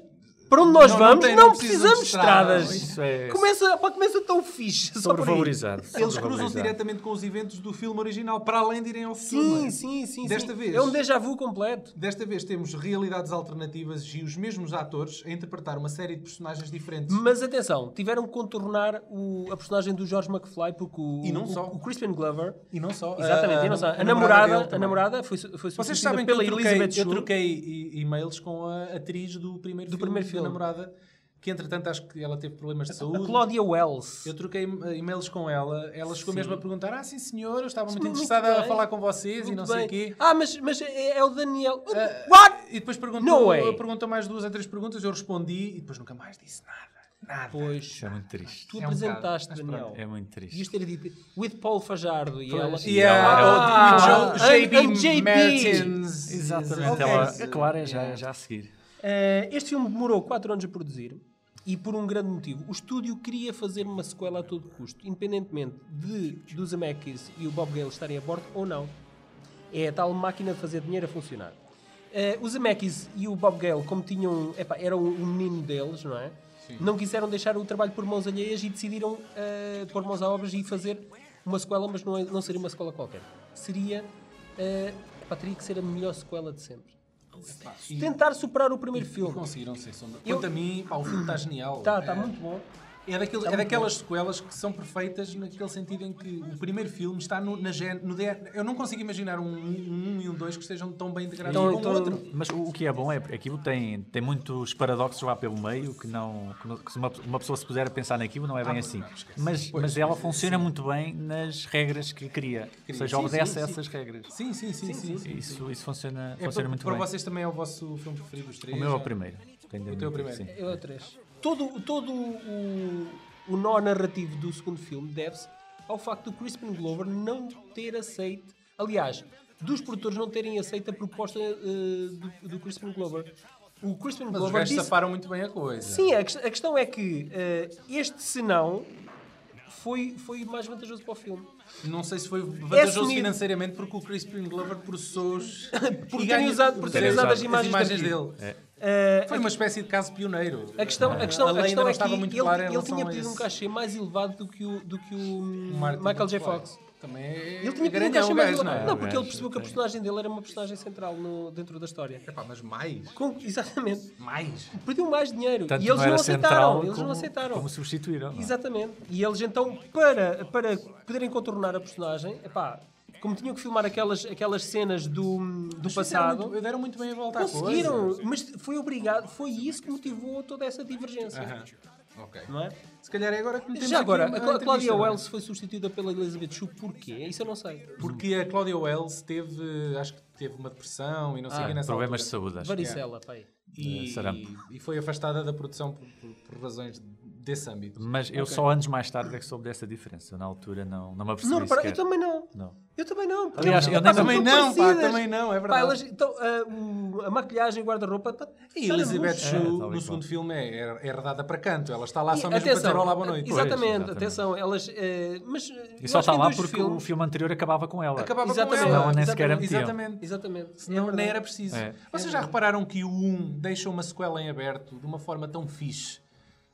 A: Para onde nós
C: Não, não
A: vamos, não,
C: tem- não
A: precisamos de estradas.
B: Isso é
A: Começa, pá, começa tão fixe. só por aí.
B: sobrevalorizado.
C: eles cruzam-se
B: sobrevalorizado.
C: diretamente com os eventos do filme original, para além de irem ao
A: Sim,
C: filme.
A: sim, sim.
C: Desta
A: sim.
C: vez.
A: É um déjà vu completo.
C: Desta vez temos realidades alternativas e os mesmos atores a interpretar uma série de personagens diferentes.
A: Mas atenção, tiveram que contornar o- a personagem do George McFly porque o,
C: E não
A: o-
C: só.
A: o Crispin Glover.
C: E não só.
A: Exatamente,
C: ah,
A: e não só. a,
C: dele
A: namorada, a
C: também.
A: namorada foi, su- foi
C: Vocês
A: substituída
C: sabem que eu
A: Tipo, pela
C: troquei,
A: Elizabeth
C: eu
A: Shue.
C: troquei e- e-mails com a atriz do primeiro
A: Do
C: filme,
A: primeiro filme.
C: da namorada, que entretanto acho que ela teve problemas de
A: A
C: saúde.
A: Claudia Wells.
C: Eu troquei eh, e-mails com ela, ela chegou
A: Sim.
C: mesmo a perguntar: Ah, sim, senhor, eu estava muito,
A: Muito
C: interessada a
A: bem.
C: falar com vocês e
A: Muito
C: não sei
A: bem.
C: o quê. Ah.
A: Ah, mas, mas é, é o Daniel. What?
C: E depois
A: No
C: perguntou,
A: way.
C: perguntou mais duas ou três perguntas, eu respondi e depois nunca mais disse nada. Nada.
A: Pois,
B: Isso é muito triste.
A: tu
C: É um
A: apresentaste,
C: bocado, mas um
A: Daniel.
B: É muito
A: Devias
B: triste.
A: ter dito with Paul Fajardo e ela.
C: E é a-
B: Ah,
C: e o Jo-
A: and- and
C: JB
A: JB.
C: Martins.
B: Exatamente.
A: Ok.
B: Ela, é claro, é já,
C: Yeah.
B: é já a seguir.
A: Eh, este filme demorou 4 anos a produzir e por um grande motivo. O estúdio queria fazer uma sequela a todo custo, independentemente de dos Zemeckis e o Bob Gale estarem a bordo ou não. É a tal máquina de fazer dinheiro a funcionar. Eh, os Zemeckis e o Bob Gale, como tinham, epá, eram o menino deles, não é? Não quiseram deixar o trabalho por mãos alheias e decidiram eh, pôr mãos à obra e fazer uma sequela, mas não, é- não seria uma sequela qualquer. Seria, eh, epá, teria que ser a melhor sequela de sempre.
C: E-
A: Tentar superar o primeiro
C: E
A: filme.
C: conseguiram, sem sombra.
A: Eu-
C: Quanto a mim, pá, o filme está genial.
A: Está tá
C: É-
A: muito bom.
C: É, daquele- é daquelas sequelas que são perfeitas naquele sentido em que o primeiro filme está no, na gen, no DNA. Eu não consigo imaginar um 1 um, um e um 2 que estejam tão bem integrados
A: Então-
C: um com o
A: então-
C: outro.
B: Mas o, o que é bom é que aquilo tem, tem muitos paradoxos lá pelo meio que, não, que, não- que se uma, uma pessoa se puder a pensar naquilo não é bem assim. Mas, mas ela funciona muito bem nas regras que cria. Ou seja,
C: Sim,
B: obedece
C: sim,
B: a
C: sim.
B: essas regras.
C: Sim, sim, sim. sim, sim.
B: Isso, isso funciona,
C: É
B: funciona
C: para,
B: muito
C: para
B: bem.
C: vocês também é o vosso filme preferido, os três?
B: O meu é o
C: já?
B: primeiro. Tenho de
C: O teu
B: admitir,
C: primeiro.
B: sim.
A: É o 3. Todo, todo o, o nó narrativo do segundo filme deve-se ao facto do Crispin Glover não ter aceito. Aliás, dos produtores não terem aceito a proposta eh, do, do Crispin Glover. O Crispin
C: Mas os
A: Glover
C: gajos
A: disse.
C: safaram muito bem a coisa.
A: Sim, a, ques- a questão é que eh, este senão foi, foi mais vantajoso para o filme.
C: Não sei se foi vantajoso
A: assumido.
C: financeiramente porque o Crispin Glover processou os...
A: Por terem
C: e ganha-
A: usado, por terem
B: terem
A: usado
B: usado
A: as imagens,
C: dele.
B: É.
A: Eh,
C: Foi uma espécie de caso pioneiro.
A: A questão, a questão,
C: A
A: a
C: lei
A: questão
C: ainda não
A: é que
C: estava muito
A: ele,
C: clara em
A: ele
C: relação
A: tinha
C: a
A: pedido um
C: esse.
A: cachê mais elevado do que o, do que o
C: O Martin
A: é Michael J.
C: McFly.
A: Fox.
C: Também é...
A: Ele tinha pedido um
C: garanhão
A: cachê
C: o
A: mais
C: gajo, não
A: elevado.
C: é?
A: Não, porque
B: gajo
A: ele percebeu que a personagem dele era uma personagem central no- dentro da história.
C: Epá, mas mais?
A: Com- exatamente.
C: Mais?
A: Perdeu mais dinheiro.
B: Tanto
A: e eles
B: não
A: não,
B: era
A: aceitaram.
B: central
A: Eles não
B: como-
A: aceitaram.
B: Como substituíram. não é?
A: Exatamente. E eles então, para, para poderem contornar a personagem, epá, como tinham que filmar aquelas, aquelas cenas do, do
C: Mas fizeram
A: passado.
C: muito- deram muito bem a volta à coisa.
A: Conseguiram, mas foi obrigado, foi isso que motivou toda essa divergência,
C: Ok.
A: não é?
C: Se calhar é agora que metemos
A: Já
C: aqui
A: agora,
C: uma
A: a Cla-
C: entrevista,
A: Claudia
C: não é?
A: Wells foi substituída pela Elizabeth Shue porquê? Isso eu não sei.
C: Porque a Claudia Wells teve, acho que teve uma depressão e não sei o
B: Ah,
C: que nessa
B: problemas de
C: altura.
B: saúde, acho.
A: Varicela, pai.
B: Eh,
C: E,
B: sarampo.
C: e foi afastada da produção por, por- por razões desse âmbito.
B: Mas eu
A: Ok.
B: só anos mais tarde é que soube dessa diferença. Eu, na altura não, não me apercebi
A: Não, repara, eu
C: é.
B: sequer.
A: também não.
B: Não.
A: Eu também não. porque
B: Aliás,
A: elas- elas
B: eu nem-
A: são
C: Também
A: tão
C: não, pá,
A: parecidas.
C: também não, é
A: Pá,
C: verdade.
A: elas- então, ah, o- a maquiagem, o guarda-roupa. pá,
C: E
A: tá na
C: Elizabeth
A: luz.
B: É, tal e
C: Chu,
B: qual.
C: no segundo filme, é, é herdada para canto. Ela está lá
A: E
C: só mesmo para dizer olá, boa noite.
B: Pois,
A: Exatamente,
B: exatamente.
A: atenção. Elas, eh, mas, eh, eu
B: E
A: acho
B: só está
A: que em
B: lá
A: dois
B: porque o
A: filmes-
B: filme anterior acabava com ela.
C: Acabava
A: Exatamente.
C: com ela.
A: Senão nem
B: sequer a
C: exatamente.
B: metiam.
C: exatamente.
A: Exatamente.
C: Senão
A: É
C: nem era
A: verdade.
C: preciso.
B: É.
C: Vocês já repararam que o 1 deixa uma sequela em aberto de uma forma tão fixe?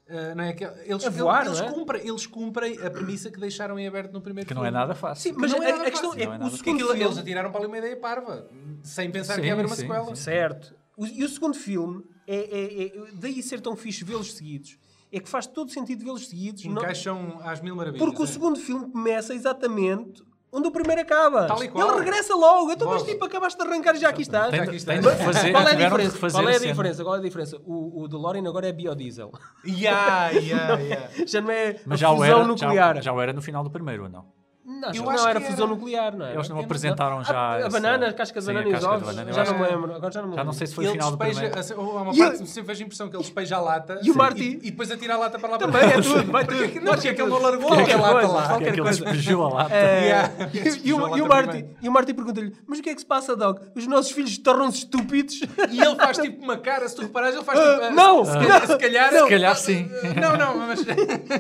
C: Ah, não é? Que eles,
A: A voar,
C: eles,
A: não é?
C: cumprem, eles cumprem a premissa que deixaram em aberto no primeiro
B: Que não
C: filme.
B: é nada fácil.
A: Sim, mas
C: não é
A: a,
C: nada
A: a questão
C: fácil,
B: não
A: é
B: é
A: que o
B: nada
C: Porque
A: segundo
C: aquilo,
A: filme...
C: eles atiraram para ali uma ideia parva, sem pensar que ia haver uma
B: Sim, sim,
C: sequela.
B: sim.
A: Certo. O- e o segundo filme, é, é- é- daí ser tão fixe vê-los seguidos, é que faz todo sentido vê-los seguidos. não-
C: Encaixam às mil maravilhas.
A: Porque o
C: é.
A: segundo filme começa exatamente onde o primeiro acaba.
C: Tal e qual.
A: Ele regressa logo. Então, mas
C: Logo.
A: tipo, acabaste de arrancar e já aqui estás.
B: Tem
C: Já aqui
B: de,
C: está.
B: tem de
C: Mas-
B: fazer,
A: Qual é a
B: tiveram de
A: diferença?
B: refazer
A: Qual é a
B: cena.
A: diferença? Qual é a diferença? O, o DeLorean agora é biodiesel.
C: Ya, ya, ya.
A: Já não é
B: Mas
A: a
B: já o,
A: fusão
B: era,
A: nuclear.
B: já, já o era no final do primeiro, ou não?
A: Não,
C: Eu
A: não
C: acho
A: era
C: que
A: fusão
C: era.
A: nuclear, não é?
B: Eles não
C: Eu-
B: apresentaram já.
A: a
B: essa-
A: banana, a casca de
B: Sim, a
A: banana e os
B: casca de
A: ovos,
B: banana. Eu
A: já
B: acho
A: não me
B: que-
A: lembro. Agora já não me
B: Já não
A: lembro.
B: sei se foi o final do
C: despeja,
B: primeiro.
C: assim, há uma
A: E
C: parte
A: eu-
C: que me sempre fez a impressão que ele despeja a lata
A: E o Marty?
C: e, e depois atira a lata para lá
A: Também,
C: para
A: é
C: fora.
A: tudo, vai
C: Porquê
A: tudo.
C: que não- Porquê que ele não largou
A: Qualquer
C: a lata
A: coisa,
C: lá?
B: Que é que ele
A: qualquer coisa.
B: despejou a lata.
A: É,
C: Yeah.
A: E, o, e, o
C: Despeja-o lá
A: Marty,
C: também.
A: e o Marty pergunta-lhe: Mas o que é que se passa, Doc? Os nossos filhos tornam-se estúpidos?
C: E ele faz tipo uma cara, se tu reparares, ele faz tipo.
A: Ah,
C: ah,
A: não!
C: Se,
A: Ah.
C: calhar- se calhar.
A: Se
B: calhar sim.
C: Não, não, mas.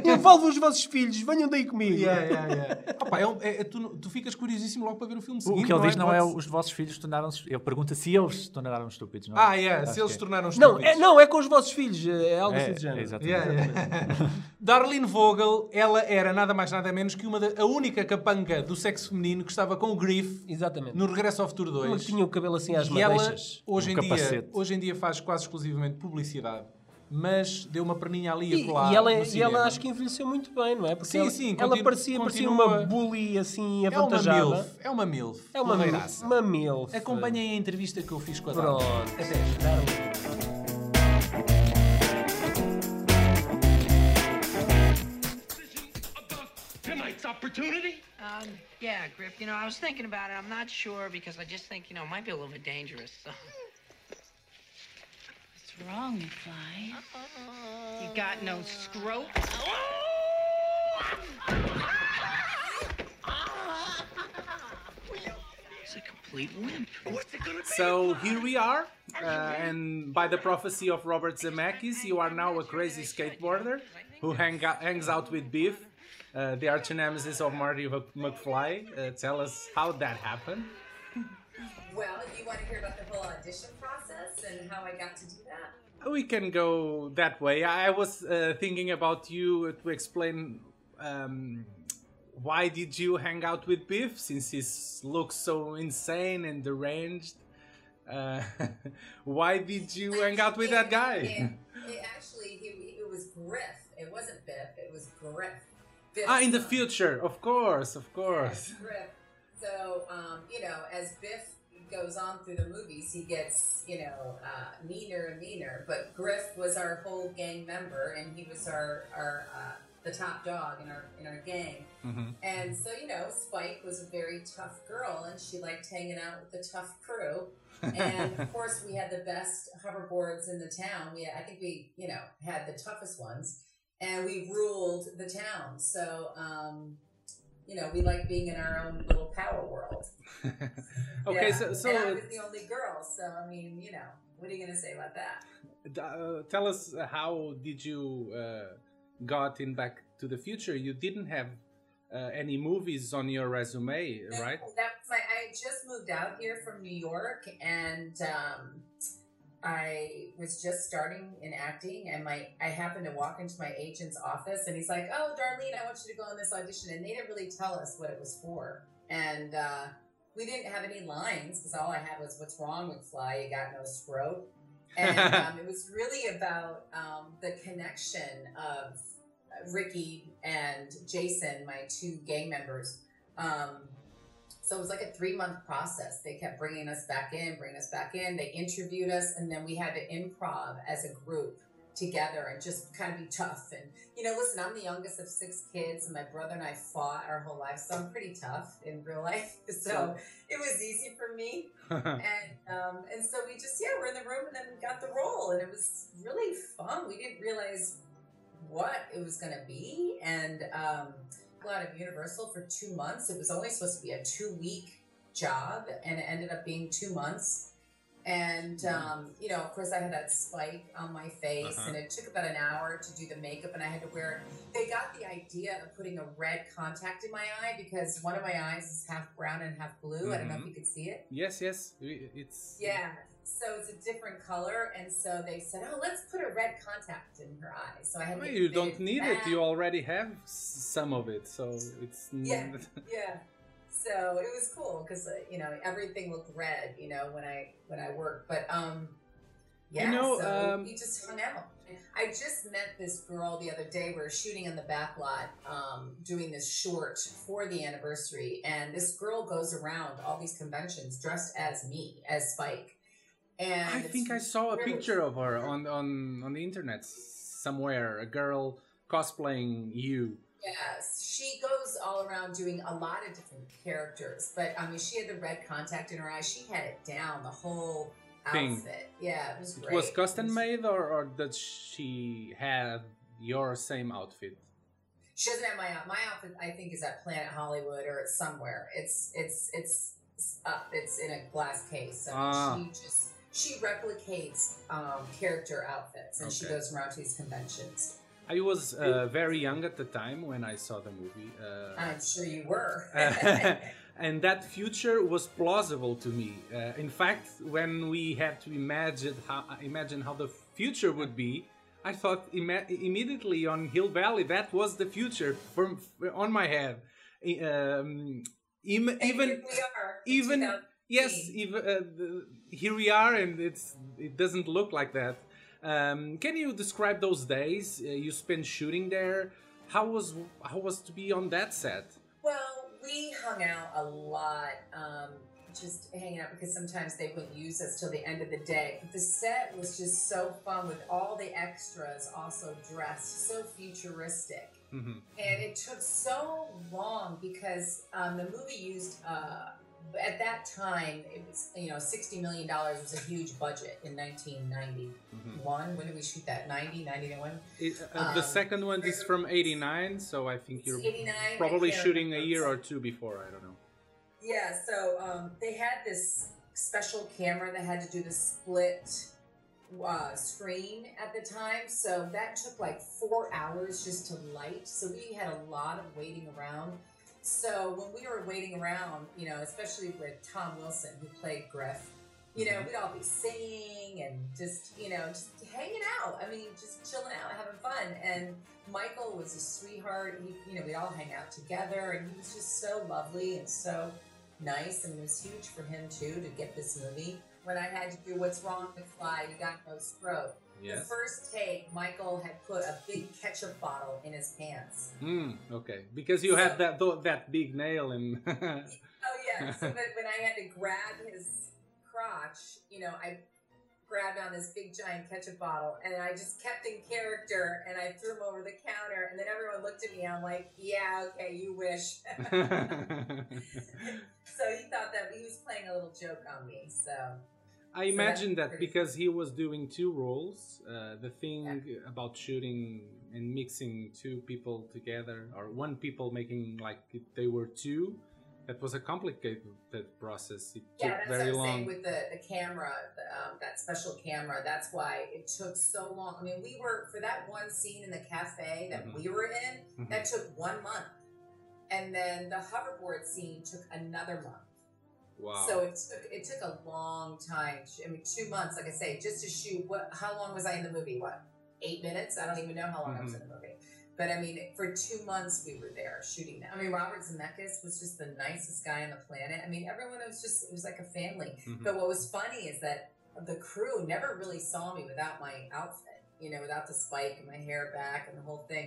A: Envolvam os vossos filhos, venham daí comigo.
C: Yeah, yeah, yeah. Opa, é um- é- é- tu, tu ficas curiosíssimo logo para ver o filme
B: O
C: seguinte.
B: que ele diz não é
C: Pode-
B: os vossos filhos tornaram-se. Ele pergunta se eles se tornaram estúpidos, não é?
C: Ah, yeah, se
B: Acho que
C: eles se
B: é.
C: tornaram
A: Não
C: estúpidos.
A: é, não, é com os vossos filhos, é algo assim
B: É,
A: do género.
B: exatamente.
C: Yeah, yeah. Darlene Vogel, ela era nada mais nada menos que uma da, a única capanga do sexo feminino que estava com o Griff
A: Exatamente.
C: no Regresso ao Futuro 2.
A: Ela tinha o cabelo assim às
C: E ela,
A: madeixas.
C: hoje
B: Um
C: em, dia,
B: capacete.
C: hoje em dia, faz quase exclusivamente publicidade, mas deu uma perninha ali
A: E,
C: e acolá.
A: e ela, é-
C: no
A: e
C: cinema.
A: ela acho que envelheceu muito bem, não é? Porque
C: Sim,
A: ela,
C: sim,
A: ela
C: continu-
A: parecia, parecia
C: continua-
A: uma bully assim
C: é uma
A: avantajada.
C: MILF. É uma MILF.
A: É uma,
C: porreiraça.
A: uma milf.
C: Acompanhem a entrevista que eu fiz com a
A: Pronto. É
C: Darlene. Até.
D: about tonight's opportunity?
E: Um, yeah, Grip, you know, I was thinking about it. I'm not sure because I just think, you know, it might be a little bit dangerous. So.
F: What's wrong, McFly? You got no scrope?
E: It's a complete wimp.
D: What's it gonna be?
G: So here we are, uh, and by the prophecy of Robert Zemeckis, you are now a crazy skateboarder who hang out, hangs out with Beef, uh, the arch nemesis of Marty Mc- McFly. Uh, tell us how that happened.
H: Well, if you want to hear about the whole audition process and how I got to do that.
G: We can go that way. I was uh, thinking about you to explain um, why did you hang out with Biff since he s- looks so insane and deranged. Uh, why did you hang out with that guy?
H: It, it actually, it, it was Griff. It wasn't Biff. It was Griff. Biff
G: Ah, in the future, of course, of course.
H: Griff. So, um, you know, as Biff goes on through the movies, he gets, you know, uh, meaner and meaner. But Griff was our whole gang member, and he was our, our uh, the top dog in our in our gang.
G: Mm-hmm.
H: And so, you know, Spike was a very tough girl, and she liked hanging out with the tough crew. and of course, we had the best hoverboards in the town. We, I think we, you know, had the toughest ones, and we ruled the town. So, um, you know, we like being in our own little power world.
G: Okay,
H: Yeah.
G: so, so
H: and I was the only girl, so I mean, you know, what are you gonna say about that?
G: uh, tell us uh, how did you uh, got in Back to the Future? You didn't have uh, any movies on your resume, right?
H: That's my. I had just moved out here from New York, and um, I was just starting in acting. And my, I happened to walk into my agent's office, and he's like, "Oh, Darlene, I want you to go on this audition." And they didn't really tell us what it was for, and uh, we didn't have any lines because all I had was, "What's wrong with Fly? You got no scrote." and um, it was really about um, the connection of Ricky and Jason, my two gang members. Um, so it was like a three month process. They kept bringing us back in, bringing us back in. They interviewed us, and then we had to improv as a group together and just kind of be tough. And, you know, listen, I'm the youngest of six kids, and my brother and I fought our whole life. So I'm pretty tough in real life. So it was easy for me and um, and so we just yeah we're in the room and then we got the role and it was really fun we didn't realize what it was going to be, and um, a lot of Universal for two months. It was only supposed to be a two-week job, and it ended up being two months. And um, you know, of course, I had that spike on my face,
A: Uh-huh.
H: and it took about an hour to do the makeup, and I had to wear. They got the idea of putting a red contact in my eye because one of my eyes is half brown and half blue. I don't know if
C: Mhm.
H: you could see it.
C: Yes, yes, i- it's
H: Yeah. So it's a different color, and so they said, "Oh, let's put a red contact in her eye." So I had.
C: Well,
H: to
C: you
H: fit
C: don't need it.
H: back.
C: You already have s- some of it, so it's n-
H: Yeah. Yeah. So it was cool because uh, you know everything looked red. You know when I when I worked, but um,
C: You
H: yeah.
C: know,
H: so
C: um,
H: we just hung out. I just met this girl the other day. We were shooting in the back lot, um, doing this short for the anniversary, and this girl goes around all these conventions dressed as me, as Spike. And
C: I
H: it's
C: think I saw a
H: really-
C: picture of her on on on the internet somewhere. A girl cosplaying you.
H: Yes, she goes all around doing a lot of different characters, but I mean, she had the red contact in her eye. She had it down the whole
C: Thing.
H: outfit. Yeah, it was
C: It
H: great.
C: was custom made, or, or did she have your same outfit?
H: She doesn't have my out- my outfit. I think is at Planet Hollywood or it's somewhere. It's it's it's it's up. It's in a glass case. So
C: Ah.
H: she just she replicates um, character outfits, and she
C: Okay.
H: goes around to these conventions.
C: I was uh, very young at the time when I saw the movie. Uh,
H: I'm sure you were.
C: and that future was plausible to me. Uh, in fact, when we had to imagine how, imagine how the future would be, I thought imme- immediately on Hill Valley that was the future from on my head. I- Um, im-
H: And
C: even
H: here we are, in
C: even
H: 2000
C: yes, even uh, the- here we are, and it's it doesn't look like that. Um, can you describe those days uh, you spent shooting there? How was how was to be on that set?
H: Well, we hung out a lot, um, just hanging out because sometimes they wouldn't use us till the end of the day. But the set was just so fun with all the extras also dressed so futuristic.
C: Mhm.
H: And it took so long because um, the movie used, uh, at that time, it was, you know, $60 million was a huge budget in 1991. When did we shoot that? 90, 91?
C: It- uh, the
H: Um,
C: second one is from '89, so I think you're
H: 89, I
C: probably
H: can't
C: shooting a
H: remember.
C: year or two before. I don't know.
H: Yeah, so um, they had this special camera that had to do the split uh, screen at the time. So that took like four hours just to light. So we had a lot of waiting around. So when we were waiting around, you know, especially with Tom Wilson, who played Griff, you know, we'd all be singing and just, you know, just hanging out. I mean, just chilling out, having fun. And Michael was a sweetheart. He, you know, we'd all hang out together, and he was just so lovely and so nice. And it was huge for him too to get this movie. When I had to do "What's Wrong with Fly," you got no stroke. The
C: Yes.
H: first take, Michael had put a big ketchup bottle in his pants.
C: Mm, okay, because you had that tho- that big nail and
H: Oh yeah. so when, when I had to grab his crotch, you know, I grabbed on this big giant ketchup bottle and I just kept in character and I threw him over the counter and then everyone looked at me and I'm like, Yeah, okay, you wish. so he thought that he was playing a little joke on me. So
C: I imagine that because he was doing two roles, uh, the thing about shooting and mixing two people together, or one people making like if they were two, that was a complicated process. It
H: yeah,
C: took
H: that's
C: very
H: what I'm
C: long.
H: saying with the, the camera, the, um, that special camera. That's why it took so long. I mean, we were for that one scene in the cafe that
C: Mhm.
H: we were in.
C: Mhm.
H: That took one month, and then the hoverboard scene took another month.
C: wow.
H: So it took it took a long time. I mean, two months, like I say, just to shoot. What? How long was I in the movie? What? Eight minutes? I don't even know how long I was in the movie. But I mean, for two months we were there shooting that. I mean, Robert Zemeckis was just the nicest guy on the planet. I mean, everyone was just it was like a family.
C: Mhm.
H: But what was funny is that the crew never really saw me without my outfit, you know, without the spike and my hair back and the whole thing.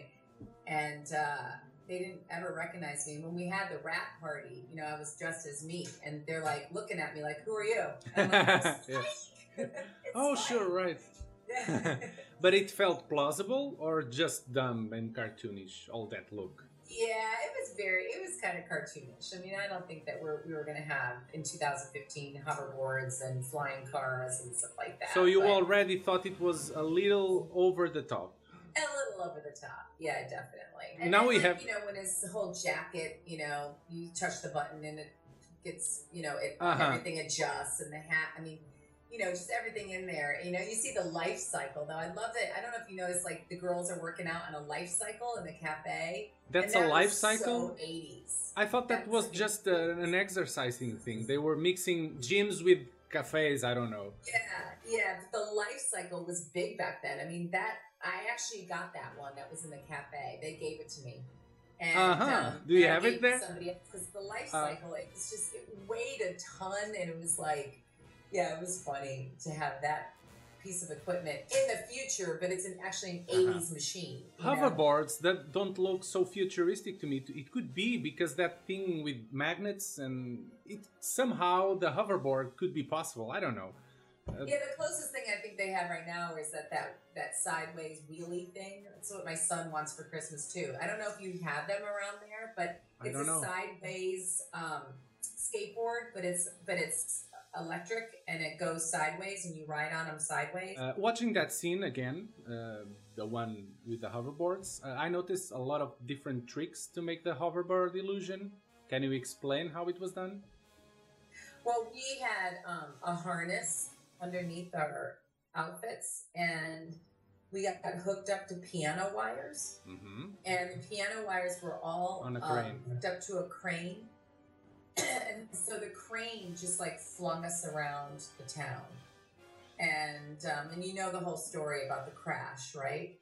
H: And uh, they didn't ever recognize me. When we had the rap party, you know, I was dressed as me, and they're like looking at me like, "Who are you?" And I'm like, "I'm
C: Yeah.
H: Spike." It's
C: oh,
H: Spike.
C: sure, right.
H: Yeah.
C: But it felt plausible or just dumb and cartoonish, all that look.
H: Yeah, it was very, it was kind of cartoonish. I mean, I don't think that we're, we were going to have in 2015 hoverboards and flying cars and stuff like that.
C: So you
H: but-
C: already thought it was a little over the top.
H: A little little over the top. Yeah, definitely. And
G: Now
H: then,
G: we
H: like,
G: have-
H: you know when his whole jacket, you know, you touch the button and it gets, you know, it
G: Uh-huh.
H: everything adjusts and the hat. I mean, you know, just everything in there. You know, you see the life cycle though. I love it. I don't know if you noticed, like the girls are working out on a life cycle in the cafe. And
G: That's
H: that
G: a
H: was
G: life
H: so
G: cycle.
H: 80s.
G: I thought that
H: That's-
G: was just uh, an exercising thing. They were mixing gyms with cafes. I don't know.
H: Yeah, yeah. But the life cycle was big back then. I mean, that I actually got that one that was in the cafe. They gave it to me. And,
G: Uh-huh.
H: um,
G: Do you
H: I
G: have
H: gave
G: it there?
H: to Somebody because the life
G: Uh.
H: cycle. It was just it weighed a ton, and it was like, yeah, it was funny to have that piece of equipment in the future, but it's an, actually an
G: Uh-huh.
H: 80s machine. you know?
G: Hoverboards that don't look so futuristic to me. It could be because that thing with magnets and it somehow the hoverboard could be possible. I don't know.
H: Yeah, the closest thing I think they have right now is that that, that sideways wheelie thing. That's what my son wants for Christmas too. I don't know if you have them around there, but
G: I
H: it's
G: don't
H: a
G: know.
H: sideways um, skateboard, but it's but it's electric and it goes sideways and you ride on them sideways.
G: Uh, watching that scene again, uh, the one with the hoverboards, uh, I noticed a lot of different tricks to make the hoverboard illusion. Can you explain how it was done?
H: Well, we had um, a harness underneath our outfits, and we got hooked up to piano wires.
G: Mm-hmm.
H: and the piano wires were all
G: On a
H: um,
G: crane.
H: hooked up to a crane. and so the crane just like flung us around the town. And um, and you know the whole story about the crash, right?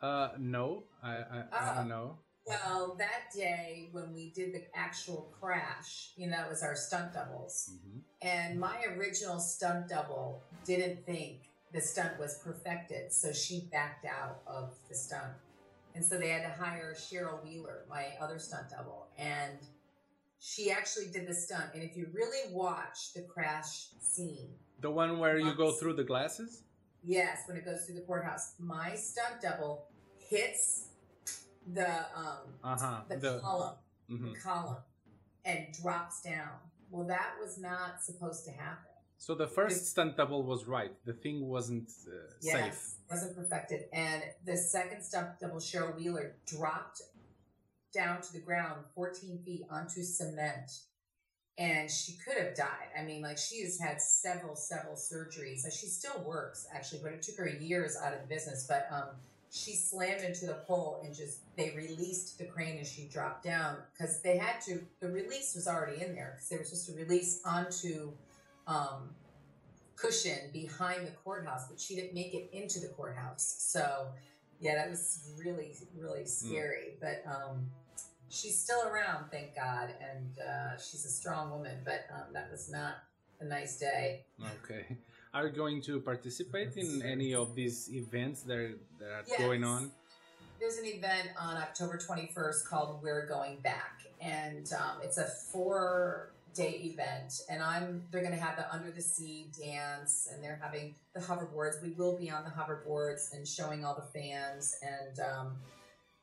G: Uh, no, I, I, I
H: Ah.
G: don't know.
H: Well, that day when we did the actual crash, you know, that was our stunt doubles.
G: Mhm.
H: And my original stunt double didn't think the stunt was perfected, so she backed out of the stunt. And so they had to hire Cheryl Wheeler, my other stunt double. And she actually did the stunt. And if you really watch the crash scene,
G: The one where you go
H: Once.
G: through the glasses?
H: Yes, when it goes through the courthouse, my stunt double hits the um,
G: Uh huh.
H: the, column,
G: mhm.
H: the column, and drops down. Well, that was not supposed to happen.
G: So the first stunt double was right. The thing wasn't uh, safe.
H: wasn't perfected. And the second stunt double, Cheryl Wheeler, dropped down to the ground, 14 feet onto cement, and she could have died. I mean, like she has had several, several surgeries. Like, she still works actually, but it took her years out of the business. But um, she slammed into the pole and just they released the crane and she dropped down because they had to. The release was already in there because they were supposed to release onto. Um, cushion behind the courthouse, but she didn't make it into the courthouse. So, yeah, that was really, really scary. But um, she's still around, thank God, and uh, she's a strong woman. But um, that was not a nice day.
G: Okay. Are you going to participate in any of these events that, that are going
H: Yes.
G: on?
H: There's an event on October 21st called We're Going Back, and um, it's a four day event and i'm they're going to have the under the sea dance and they're having the hoverboards we will be on the hoverboards and showing all the fans and um,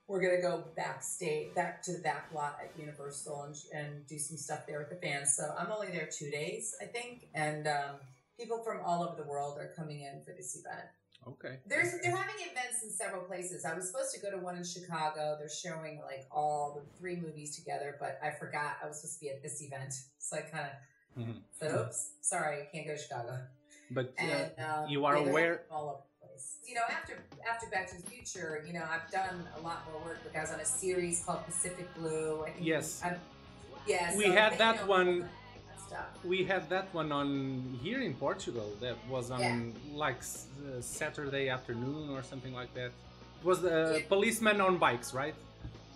H: we're going to go backstage back to the back lot at universal and, and do some stuff there with the fans so i'm only there two days i think and um, people from all over the world are coming in for this event
G: Okay.
H: there's they're having events in several places. I was supposed to go to one in Chicago. They're showing like all the three movies together, but I forgot I was supposed to be at this event, so I kind of
G: Mhm.
H: said, "Oops, sorry, can't go to Chicago."
G: But uh,
H: And um,
G: you are
H: yeah, they're
G: aware-
H: all over the place. You know, after after Back to the Future, you know, I've done a lot more work because I was on a series called Pacific Blue. I think
G: Yes.
H: I'm, yeah,
G: We
H: so
G: had
H: they
G: that
H: know
G: one-
H: that Stuff.
G: we had that one on here in Portugal. That was on like s- uh, Saturday afternoon or something like that. It was the
H: Yeah.
G: policeman on bikes, right?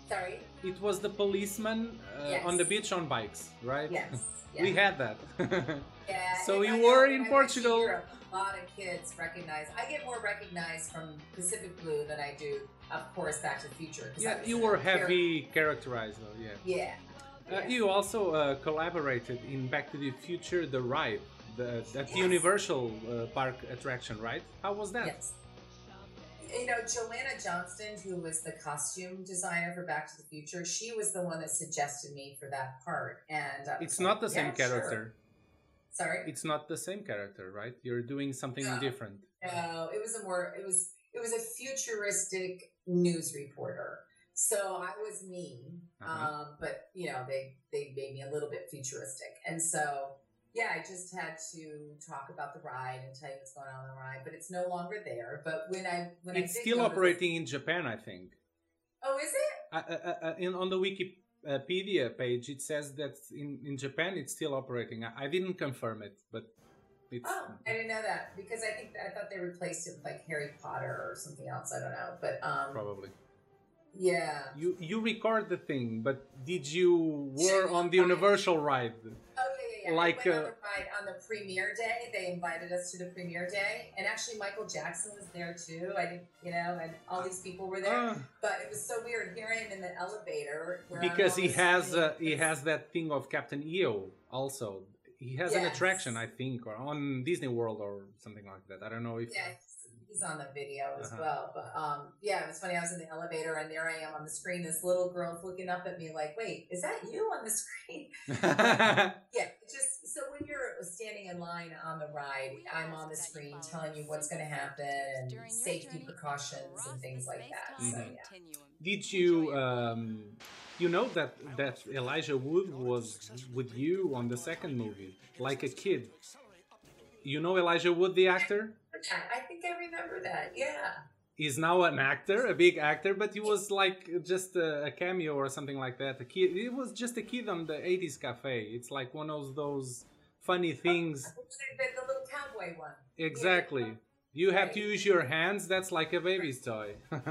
H: Sorry.
G: It was the policeman uh,
H: Yes.
G: on the beach on bikes, right?
H: Yes. Yeah.
G: We had that.
H: Yeah,
G: So
H: and
G: you
H: I know
G: were
H: when I
G: in
H: went to
G: Portugal.
H: Europe, A lot of kids recognize. I get more recognized from Pacific Blue than I do, of course, Back to the Future. 'cause I
G: yeah,
H: was
G: you
H: in
G: were
H: a very-
G: heavy characterized, though. Yeah.
H: Yeah.
G: Uh, you also uh, collaborated in Back to the Future: The Ride, the, at
H: Yes.
G: the Universal uh, Park attraction, right? How was that?
H: Yes. You know, Joanna Johnston, who was the costume designer for Back to the Future, she was the one that suggested me for that part. And I was
G: It's
H: like,
G: not the same
H: "Yeah, sure."
G: character.
H: Sorry.
G: It's not the same character, right? You're doing something
H: No.
G: different.
H: No, it was a more. It was it was a futuristic news reporter. So I was me,
G: Uh-huh.
H: um, but you know they they made me a little bit futuristic, and so yeah, I just had to talk about the ride and tell you what's going on in the ride. But it's no longer there. But when I when I
G: It's
H: did
G: still
H: go to the-
G: operating in Japan, I think.
H: oh, is it?
G: Uh, uh, uh, in, on the Wikipedia page, it says that in, in Japan it's still operating. I, I didn't confirm it, but it's.
H: Oh, I didn't know that because I think I thought they replaced it with like Harry Potter or something else. I don't know, but um,
G: Probably.
H: yeah.
G: You you record the thing, but did you were
H: Sure.
G: on the universal ride?
H: Oh yeah, yeah, yeah.
G: Like,
H: I went on
G: uh,
H: the ride on the premiere day. They invited us to the premiere day, and actually Michael Jackson was there too. I didn't, you know, and all these people were there.
G: Ah,
H: but it was so weird hearing him in the elevator where I'm
G: because he
H: always
G: has
H: sitting.
G: uh, he has that thing of Captain EO also. He has an
H: Yes.
G: attraction, I think, or on Disney World or something like that. I don't know if
H: Yeah, he's- he's on the video as
G: Uh-huh.
H: well. But um, yeah, it was funny. I was in the elevator, and there I am on the screen. This little girl's looking up at me like, "Wait, is that you on the screen?" Yeah, it just so when you're standing in line on the ride, I'm on the screen telling you what's going to happen and safety precautions and things like that. So,
G: Mhm.
H: yeah.
G: Did you um, you know that that Elijah Wood was with you on the second movie, like a kid? You know Elijah Wood, the actor?
H: I- I think I remember that. Yeah.
G: He's now an actor, a big actor, but he was like just a, a cameo or something like that. A kid. He was just a kid on the '80s cafe. It's like one of those funny things.
H: The, the little cowboy one.
G: Exactly. You have to
H: Right.
G: use your hands. That's like a baby's toy.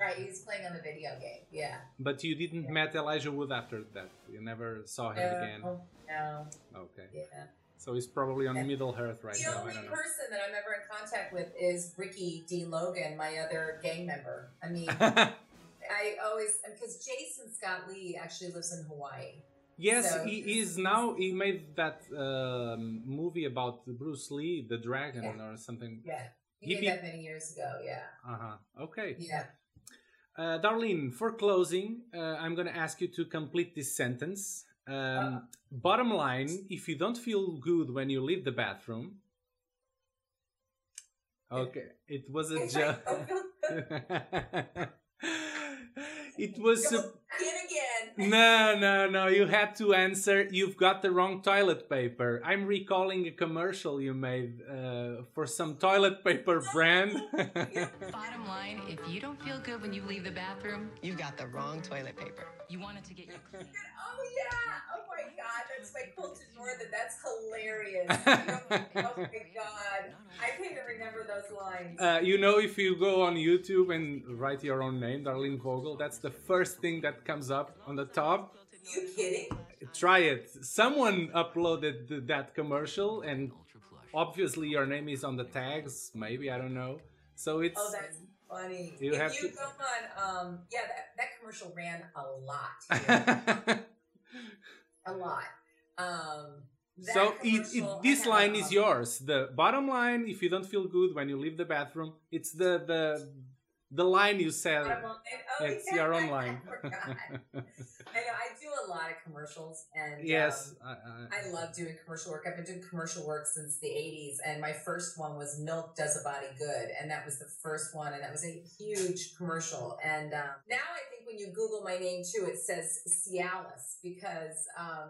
H: Right, he was playing on the video game. Yeah. Uh,
G: but you didn't met Elijah Wood after that. You never saw him again.
H: No, no,
G: Okay.
H: yeah.
G: So he's probably on
H: oh. Yeah.
G: Middle Earth right
H: the
G: now. I
H: only
G: don't know.
H: person that I'm ever in contact with is Ricky D. Logan, my other gang member. I mean, I always, because Jason Scott Lee actually lives in Hawaii.
G: yes,
H: So-
G: he is now. He made that um, movie about Bruce Lee, the dragon,
H: Yeah.
G: or something.
H: Yeah. He
G: He
H: did
G: be-
H: that many years ago. Yeah.
G: Uh huh. Okay.
H: Yeah.
G: Uh, Darlene, for closing, uh, I'm going to ask you to complete this sentence. Um, Bottom line, if you don't feel good when you leave the bathroom. Okay, it was a joke. it was. sup-
H: In again.
G: No, no, no. You had to answer. You've got the wrong toilet paper. I'm recalling a commercial you made uh, for some toilet paper brand.
I: Bottom line, if you don't feel good when you leave the bathroom, you got the wrong toilet paper. You want it to get you clean.
H: Oh yeah! Oh my god, that's my Colton Northern. That's hilarious. oh my god, I can't even remember those lines.
G: uh, you know, if you go on YouTube and write your own name, Darlene Vogel, that's the first thing that comes up on the top.
H: you kidding?
G: Try it. Someone uploaded th- that commercial, and obviously your name is on the tags. Maybe I don't know. So it's
H: Oh, that's funny.
G: You
H: if
G: have
H: you
G: to-
H: go on, um, yeah, that, that commercial ran a lot, here. a lot. Um, that
G: So it, it,
H: commercial- I
G: this
H: have
G: line
H: it
G: is
H: on.
G: yours. The bottom line, if you don't feel good when you leave the bathroom, it's the the the line you said.
H: Bottom line- oh,
G: Uh, It's
H: yeah,
G: your own
H: I
G: line.
H: forgot. I know. I do a lot of commercials, and um,
G: yes, I, I,
H: I love doing commercial work. I've been doing commercial work since the 80s, and my first one was Milk Does a Body Good, and that was the first one, and that was a huge commercial. And uh, now I think when you Google my name too, it says Cialis because um,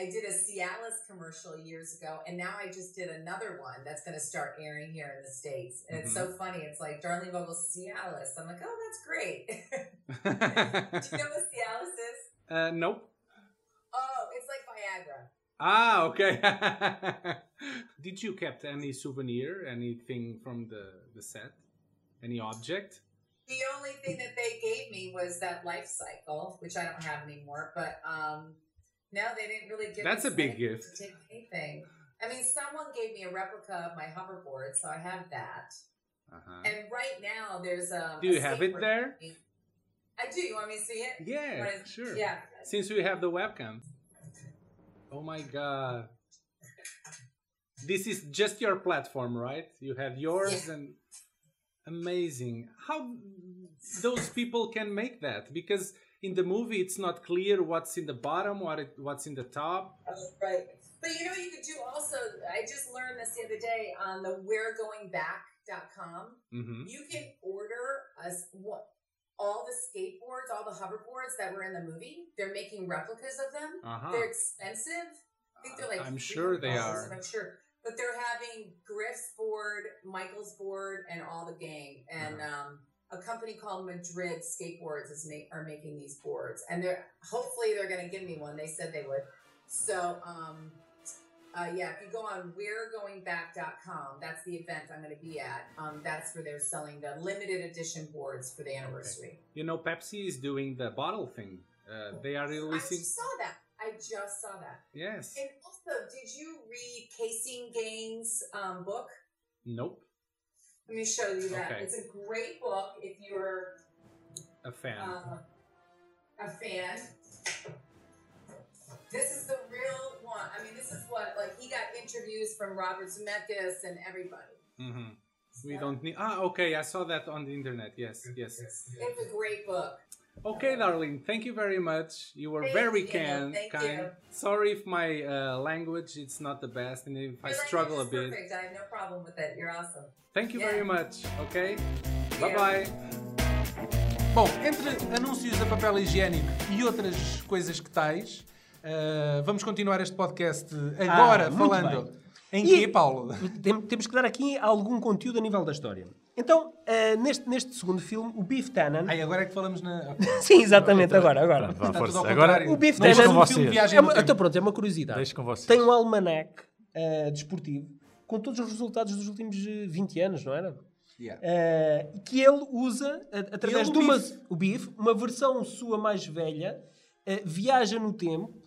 H: I did a Cialis commercial years ago, and now I just did another one that's going to start airing here in the States. And it's so funny. It's like Darlene Vogel Cialis. I'm like, oh, that's great. Do you know what Cialis is?
G: uh, nope.
H: Oh, it's like Viagra.
G: Ah, okay. Did you kept any souvenir, anything from the the set, any object?
H: The only thing that they gave me was that life cycle, which I don't have anymore. But um, no, they didn't really give.
G: That's
H: me
G: a big
H: anything
G: gift.
H: To take anything. I mean, someone gave me a replica of my hoverboard, so I have that.
G: Uh-huh.
H: And right now, there's a.
G: Do
H: a
G: you have it
H: skateboard
G: there?
H: company. I do. You want me to see it?
G: Yeah,
H: What is-
G: sure.
H: Yeah.
G: Since we have the webcam. Oh my god. This is just your platform, right? You have yours
H: Yeah.
G: and amazing. How those people can make that because in the movie it's not clear what's in the bottom, what it, what's in the top.
H: Oh, right. But you know what you could do also? I just learned this the other day on the We're Going Back
G: Mm-hmm.
C: Mhm.
H: you can order us what all the skateboards, all the hoverboards that were in the movie. They're making replicas of them.
G: Uh-huh.
H: They're expensive. I think they're like
G: I'm sure they
H: $300,
G: are.
H: I'm sure, but they're having Griff's board, Michael's board, and all the gang and.
G: Uh-huh.
H: um a company called Madrid Skateboards is make, are making these boards, and they're hopefully they're going to give me one. They said they would. So, um, uh, yeah, if you go on we'regoingback.com, that's the event I'm going to be at. Um, that's where they're selling the limited edition boards for the anniversary.
G: You know, Pepsi is doing the bottle thing. Uh, they are
H: I
G: releasing.
H: just saw that. I just saw that.
G: Yes.
H: And also, did you read Casing Gaines' um, book?
G: Nope.
H: Let me show you that.
G: Okay.
H: It's a great book if you're
G: A fan.
H: um, a fan. This is the real one. I mean, this is what like he got interviews from Robert Zemeckis and everybody.
G: hmm We don't need. Ah, okay. I saw that on the internet. Yes. Yes.
H: It's a great book.
G: Okay, darling. Thank you very much. You were
H: Thank
G: very
H: you,
G: can,
H: thank
G: kind.
H: you.
G: Sorry if my uh, language it's not the best and if I
H: Your
G: struggle a
H: language is
G: bit.
H: Perfect. I have no problem with it. You're awesome.
G: Thank you very
H: Yeah.
G: much. Okay.
H: Yeah.
G: Bye bye.
C: Bom, entre anúncios a papel higiênico e outras coisas que tais, ah, vamos continuar este podcast agora
A: muito
C: falando.
A: bem.
C: Em
A: E-
C: que, Paulo?
A: Tem- Temos que dar aqui algum conteúdo a nível da história. Então, eh, neste, neste segundo filme, o Beef Tannen.
C: Ai, agora é que falamos na. ok.
A: Sim, exatamente, agora, agora.
B: Pronto, vá,
C: Está
B: força.
C: tudo ao
B: Agora,
C: contrário.
A: O Biff
B: deixo
A: Tannen
B: com
A: é um
C: filme
B: vocês.
C: de viagem
A: É
C: no
A: uma,
C: tempo.
A: então, pronto, é uma curiosidade.
B: Deixo com vocês.
A: Tem um almanac eh, desportivo com todos os resultados dos últimos eh, 20 anos, não era?
C: Yeah.
A: Eh, que ele usa a- através
C: Ele,
A: de
C: o
A: uma
C: Biff.
A: o Biff, uma versão sua mais velha, eh, viaja no tempo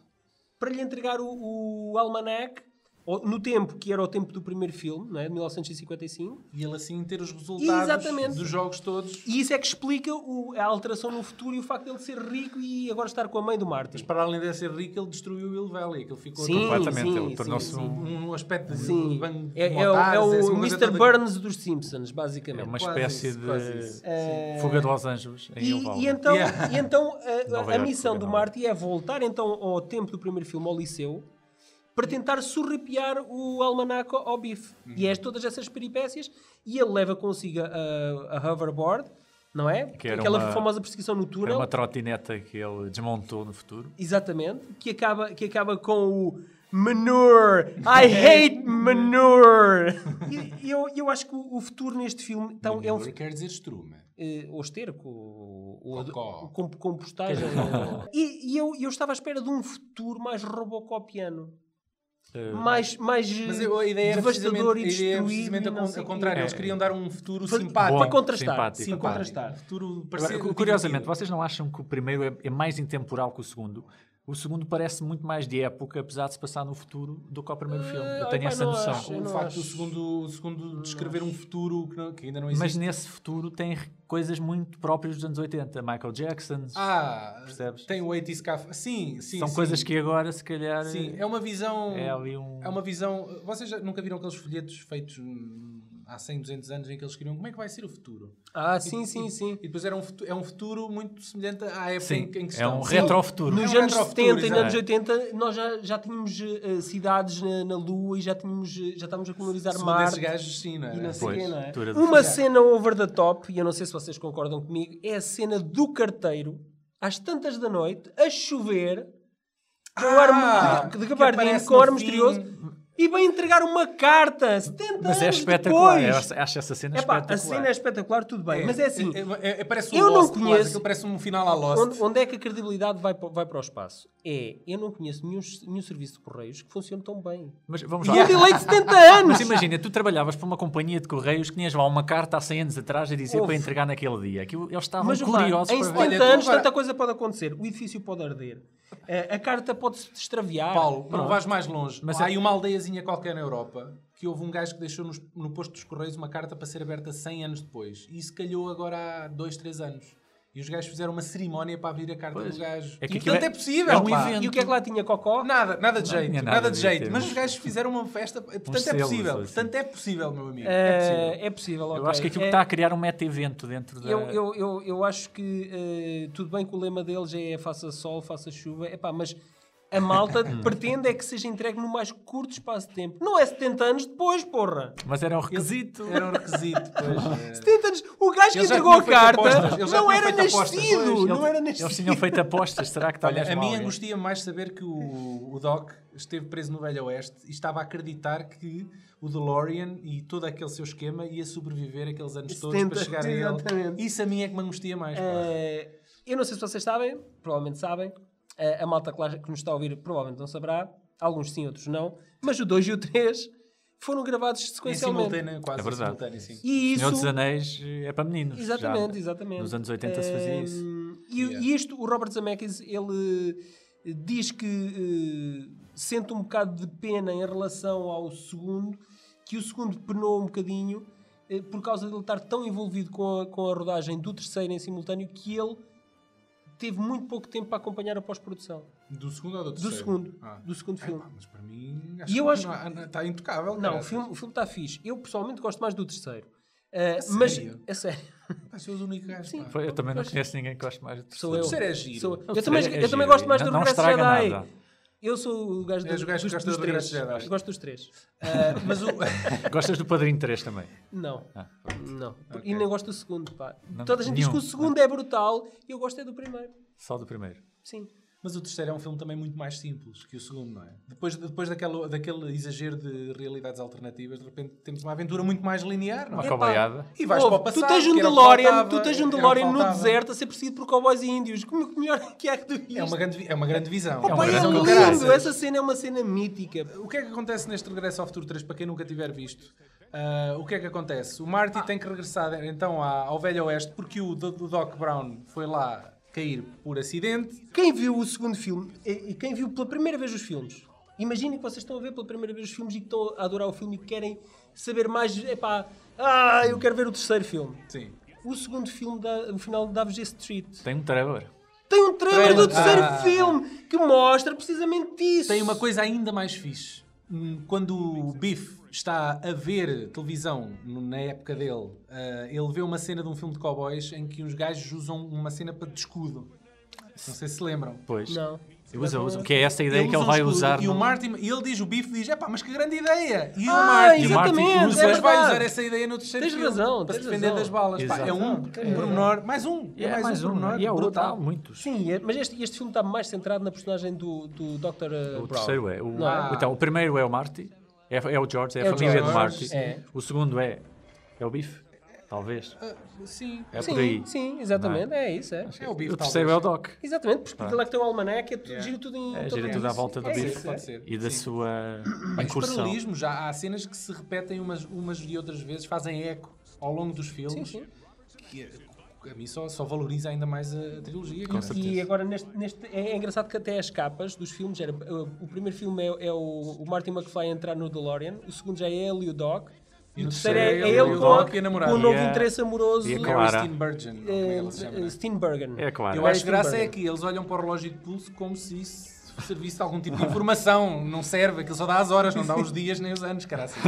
A: para lhe entregar o, o almanac ou- no tempo que era o tempo do primeiro filme, não é? de 1955.
C: E ele assim ter os resultados
A: Exatamente.
C: dos jogos todos.
A: E isso é que explica o- a alteração no futuro e o facto de ele ser rico e agora estar com a mãe do Martin.
C: Para além de ser rico, ele destruiu o Hill Valley. Que ele ficou
A: Sim,
B: Completamente,
A: sim,
B: ele
A: sim,
B: tornou-se
A: sim.
B: um-
C: um aspecto de
A: Sim,
C: banco de
A: é, é o, é o
C: motares, essa assim, coisa
A: Mr.
C: toda.
A: Burns dos Simpsons, basicamente.
B: É uma
C: Quase
B: espécie
C: isso,
B: de
C: quase isso.
A: Eh,
B: fuga de Los Angeles em
A: E,
B: Hill Valley.
A: e então,
C: Yeah.
A: e então a-
B: Nova
A: a,
B: Iorque,
A: missão do
B: Nova
A: Marty é voltar então ao tempo do primeiro filme, ao liceu, para tentar sorrapiar o almanaco ao bife.
B: Uhum.
A: E é todas essas peripécias e ele leva consigo a, a hoverboard, não é?
B: Que era
A: Aquela
B: uma-
A: famosa perseguição no
B: Era
A: túnel.
B: É uma trotineta que ele desmontou no futuro.
A: Exatamente. Que acaba, que acaba com o manure. I hate manure. E eu, eu acho que o, o futuro neste filme então, é um,
C: Manure quer dizer estruma.
A: eh, ou esterco, ou, ou-
C: Cocó.
A: ou com- compostagem. ou- e e eu, eu estava à espera de um futuro mais robocopiano.
B: É.
A: mais, mais eh,
C: Mas eu- a ideia era
A: devastador e
C: precisamente, a ideia era
A: destruído.
C: precisamente
A: e
C: a
A: não
C: con-
A: sei
C: ao
A: quê.
C: contrário. Eles
B: É.
C: queriam dar um futuro
A: Fa-
C: simpático.
A: Para
B: Bom,
A: contrastar.
B: simpático.
A: sim, para contrastar.
C: Um futuro
B: Agora,
C: parecido.
B: cu- curiosamente, vocês não acham que o primeiro é, é mais intemporal que o segundo? O segundo parece muito mais de época, apesar de se passar no futuro, do que ao primeiro filme. Eu
A: Eh, ai,
B: tenho
A: pá,
B: essa
A: não
B: noção.
A: acho.
C: O
A: não
C: facto
A: acho.
C: do segundo, o segundo descrever um futuro que, não- que ainda não existe.
B: Mas nesse futuro tem re- coisas muito próprias dos anos 80. Michael Jackson.
C: Ah,
B: Percebes?
C: tem o 80s Café. Sim, sim.
B: são
C: sim.
B: coisas que agora, se calhar.
C: Sim, é uma visão.
B: É ali um-
C: é uma visão. Vocês já nunca viram aqueles folhetos feitos hum, há 100, 200 anos em que eles queriam como é que vai ser o futuro?
A: Ah,
C: E-
A: sim, sim,
C: e-
A: sim.
C: E depois era um futuro, é um futuro muito semelhante à época
B: Sim,
C: em que em que
B: é um
C: estão.
B: retrofuturo.
A: Nos
C: É um
A: anos
C: retrofuturo,
A: 70 e nos
C: exato.
A: anos 80 nós já, já tínhamos eh, cidades na, na Lua e já, tínhamos, eh, já estávamos a colonizar
C: Segundo esses
A: Marte.
C: gajos, sim, não é?
A: E não sei
B: Pois,
A: quê, não é?
B: tu era de
A: Uma
B: fuga.
A: cena over the top, e eu não sei se vocês concordam comigo, é a cena do carteiro, às tantas da noite, a chover, com
C: Ah,
A: ar, de, de
C: que
A: gabardinho,
C: aparece
A: com
C: no
A: ar
C: fim.
A: misterioso, e vai entregar uma carta 70
B: Mas
A: anos
B: é espetacular. Eu
A: depois.
B: acho- acho essa cena
A: Epá,
B: espetacular.
A: a cena é espetacular, tudo bem. Mas é assim,
C: É, é- é- parece um
A: eu não
C: Lost,
A: conheço-
C: quase, aquilo parece um final à Lost.
A: onde, onde é que a credibilidade vai, pa- vai para o espaço? É, eu não conheço nenhum, nenhum serviço de correios que funcione tão bem.
B: Mas vamos
A: E
B: lá.
A: um delay de 70 anos!
B: Mas imagina, tu trabalhavas para uma companhia de correios que tinhas lá uma carta há 100 anos atrás a dizer
A: Ouve.
B: para entregar naquele dia. Aquilo, eles estavam
A: Mas é repara,
B: curiosos
A: em
B: um
A: 70
B: para ver.
C: Olha, tu
A: anos
C: agora-
A: tanta coisa pode acontecer. O edifício pode arder. Eh, A carta pode-se extraviar.
C: Paulo, não
A: Pronto.
C: vais mais longe.
B: Ah, Mas
C: Há
B: é-
C: aí uma aldeiazinha qualquer na Europa que houve um gajo que deixou nos- no posto dos Correios uma carta para ser aberta 100 anos depois. E isso calhou agora há 2, 3 anos. E os gajos fizeram uma cerimónia para abrir a carta
B: Pois.
C: do gajo.
B: É que
C: E,
B: aquilo
C: portanto,
B: é-
C: é, possível.
B: é um
C: pá.
B: evento.
A: E o que é que lá tinha? Cocó?
C: Nada, nada de jeito,
B: tinha
C: nada,
B: nada
C: de
B: de
C: jeito.
B: ter
C: Mas
B: uns-
C: os gajos fizeram uma festa. Portanto, é
B: selos,
C: possível.
B: assim.
C: Portanto, é possível, meu amigo.
A: Eh,
C: É possível.
A: é possível.
B: Eu
A: ok.
B: acho que aquilo
A: Eh,
B: está a criar um meta-evento dentro da...
A: Eu, eu, eu, eh, eu acho que eh, tudo bem que o lema deles é faça sol, faça chuva, epá, mas A malta pretende é que seja entregue no mais curto espaço de tempo. Não é 70 anos depois, porra.
B: Mas era um requisito.
C: Era um requisito, pois. eh,
A: 70 anos. O gajo que
C: Eles já
A: entregou a
C: tinham feito apostas,
A: carta
C: eles já
A: não
C: tinham
A: era
C: feito apostas,
A: nascido.
C: pois.
A: Não era
B: Eles
A: nascido.
B: tinham feito apostas. Será que está
C: Olha, a
B: mesmo
C: mim
B: alguém?
C: angustia mais saber que o, o Doc esteve preso no Velho Oeste e estava a acreditar que o DeLorean e todo aquele seu esquema ia sobreviver aqueles anos todos para
A: 70,
C: chegar a ele.
A: exatamente.
C: Isso a mim é que me angustia mais. pá.
A: Eh, eu não sei se vocês sabem, provavelmente sabem. Eh, a malta que lá- que nos está a ouvir provavelmente não saberá. Alguns sim, outros não. Mas o 2 e o 3 foram gravados
C: em
A: sequencialmente.
C: simultâneo, quase
B: É verdade.
C: simultâneo, sim.
A: E
B: Senhor
A: isso.
B: dos Anéis eh, é para meninos. já.
A: Exatamente, exatamente.
B: Nos anos 80 se fazia
A: Ehm,
B: isso.
A: E, e isto, o Robert Zemeckis, ele eh, diz que eh, sente um bocado de pena em relação ao segundo, que o segundo penou um bocadinho eh, por causa de ele estar tão envolvido com a, com a rodagem do terceiro em simultâneo que ele teve muito pouco tempo para acompanhar a pós-produção
C: Do segundo ou do
A: do
C: terceiro?
A: segundo,
C: Ah.
A: do segundo
C: Epá,
A: filme.
C: mas para mim,
A: E
C: acho
A: eu
C: que
A: acho-
C: não- não- está intocável.
A: Não,
C: cara.
A: o filme, o filme está fixe. Eu pessoalmente gosto mais do terceiro. Eh, mas
C: sério?
A: é sério.
C: Pá, sou os únicos gajos.
A: Sim.
C: pá.
B: Foi- Eu também não conheço ninguém que goste mais de
A: Sou eu.
C: terceiro é giro.
A: Sou-
C: O
A: eu
B: terceiro
A: também,
B: é
A: eu também
B: giro
A: gosto
B: e
A: mais do
B: não- não
A: Regresso
B: estraga
A: Jedi.
B: nada.
A: Eu sou o gajo,
C: És
A: do,
C: o gajo que
A: dos,
C: gosta
A: dos
C: do
A: três.
C: Regresso Jedi.
A: Gosto dos três.
C: Ah, mas o...
B: Gostas do Padrinho 3 também?
A: Não.
B: Ah.
A: Não.
C: Ok.
A: E nem gosto do segundo, pá.
B: Não-
A: Toda a gente diz que o
B: nenhum.
A: segundo é brutal e eu gosto é do primeiro.
B: Só do primeiro.
A: Sim.
C: Mas o terceiro é um filme também muito mais simples que o segundo, não é? Depois, depois daquela, daquele exagero de realidades alternativas, de repente temos uma aventura muito mais linear, não
B: Uma
C: é?
A: Epá.
B: cobaiada.
C: E vais
A: Ouve,
C: para o
A: tu
C: passado,
A: tens um
C: que era o que
A: DeLorean,
C: faltava,
A: tu tens um
C: que era o que
A: DeLorean no
C: faltava.
A: deserto a ser perseguido por cowboys e índios. Como que melhor que há que tu
C: É uma
A: isto?
C: grande, vi- é uma grande visão.
A: Oh,
B: é
A: pá,
B: uma
A: é
B: grande
A: lindo!
B: caraças.
A: Essa cena é uma cena mítica.
C: O que é que acontece neste Regresso ao Futuro 3, para quem nunca tiver visto? Ah, o que é que acontece? O Marty tem que regressar então à- ao Velho Oeste porque o Do- do Doc Brown foi lá cair por acidente.
A: Quem viu o segundo filme e e quem viu pela primeira vez os filmes, imaginem que vocês estão a ver pela primeira vez os filmes e que estão a adorar o filme e que querem saber mais. Epá, ah, eu quero ver o terceiro filme.
C: Sim.
A: O segundo filme, dá, no final, dá-vos esse treat.
B: Tem um Trevor.
A: Tem um trailer do
C: Trailer.
A: terceiro
C: Ah.
A: filme que mostra precisamente isso.
C: Tem uma coisa ainda mais fixe. Hum, Quando o Biff está a ver televisão no- na época dele, ah, ele vê uma cena de um filme de cowboys em que uns gajos usam uma cena para de escudo. Não sei se lembram.
B: Pois.
A: Não.
B: Usa, usa. Que é essa a ideia
C: Ele
B: que ele
C: usa um
B: vai
C: escudo
B: usar.
C: E o
B: no-
C: Martin, e ele diz, o Biff diz, é pá, mas que grande ideia! E
A: Ah,
C: o Martin,
A: exatamente,
C: e o Martin usa,
A: é
C: mas vai
A: verdade.
C: usar essa ideia no terceiro
A: Tens
C: filme
A: razão,
C: para
A: tens
C: se defender
A: razão.
C: das balas. Pá, é
B: Exato.
C: um, um pormenor, mais um,
B: E é mais um,
C: pormenor
B: e é outro.
C: brutal.
B: Há muitos.
A: Sim, é- mas este, este filme está mais centrado na personagem do, do Dr. eh, Brown.
B: O terceiro é. O,
A: Não é?
B: Então, o primeiro é o Marty. É, é o George, é a
A: É o
B: família do
A: George,
B: Marty.
A: é.
B: O segundo é. É o Bife. Talvez.
C: Sim,
B: É por aí.
A: Sim, sim, exatamente. É isso, é.
C: é o Biff,
B: O terceiro é o
C: talvez.
B: Doc.
A: Exatamente, porque aquilo é que tem o almanac, é tudo, gira tudo em...
B: É,
A: todo
B: gira
A: lado.
B: tudo à volta do
A: É
B: bife.
A: isso, é.
C: Pode ser.
B: E da
C: Sim.
B: sua
C: Bem, Os
B: incursão.
C: paralelismos, já há cenas que se repetem umas, umas e outras vezes, fazem eco ao longo dos filmes.
A: Sim,
C: Que eh, a mim só, só valoriza ainda mais a, a trilogia. cara.
A: E agora, neste, neste- é, é engraçado que até as capas dos filmes, era, uh, o primeiro filme é, é o, o Martin McFly a entrar no DeLorean, o segundo já é ele e o Doc, e o terceiro é, é ele com, a-
C: Doc e a namorada.
A: com o novo
B: E a-
A: interesse amoroso.
B: e a
C: Mary
B: Clara.
C: Steenburgen, ou como é que
A: eh,
C: ela se chama, né?
A: Steenbergen.
B: É claro.
C: Eu acho que
A: Steenburgen.
C: graça é que eles olham para o relógio de pulso como se isso servisse algum tipo de informação. Não serve, aquilo só dá as horas, não dá os dias nem os anos, caraças.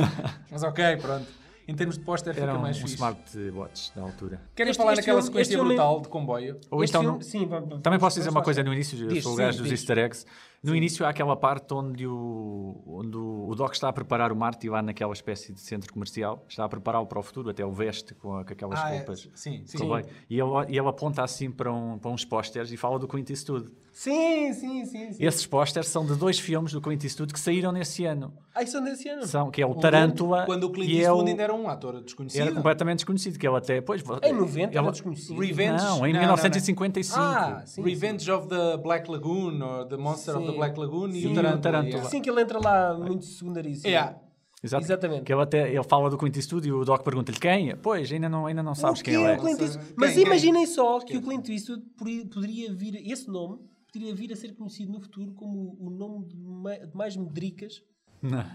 C: Mas ok, pronto. Em termos de póster fica
B: Era um, um
C: mais fixe.
B: smartwatch da altura.
C: Querem
A: Este-
C: falar
A: este
C: naquela
A: filme- este
C: sequência
A: filme-
C: brutal de comboio?
B: Ou
A: Este
B: então,
A: filme-
B: não-
A: sim, vamos- vamos-
B: Também posso dizer
A: vamos
B: uma coisa
A: lá.
B: no início, eu
A: Diz,
B: sou o
A: sim,
B: gajo dos
A: diz.
B: easter eggs. No início há aquela parte onde o, onde o o Doc está a preparar o Marty lá naquela espécie de centro comercial, está a prepará-lo para o futuro, até o veste com, a- com aquelas
C: Ah, é,
B: roupas.
C: sim, sim.
B: Cowboy. E ele, e ele aponta assim para, um- para uns pósteres e fala do Clint Eastwood.
A: Sim, sim, sim. sim.
B: Esses pósteres são de dois filmes do Clint Eastwood que saíram nesse ano.
A: Ai, são desse ano.
B: São, que é o Tarântula
C: Quando o Clint
B: e é o-
C: Eastwood ainda era um ator desconhecido.
B: era completamente desconhecido, que ele até... Pois,
A: Em 90
B: ele-
A: era é desconhecido.
C: Revenge.
B: Não, em 1955.
C: Ah,
A: sim,
C: Revenge of the Black Lagoon, or The Monster of
A: Sim.
C: the Black Lagoon e
B: Sim,
C: o Tarantula.
B: o Tarântula.
A: Assim que ele entra lá, muito secundaríssimo.
C: Yeah.
B: Exato.
A: Exatamente.
B: Que ele, até, ele fala do Clint Eastwood e o Doc pergunta-lhe quem? é. Pois, ainda não, ainda não sabes
A: O
B: quem
A: quê?
B: ele é.
A: O Clint
C: Não sei.
A: Eastwood? Mas
C: Quem, quem?
A: imaginem só que o Clint Eastwood por- poderia vir, esse nome, poderia vir a ser conhecido no futuro como o nome de, ma- de mais medricas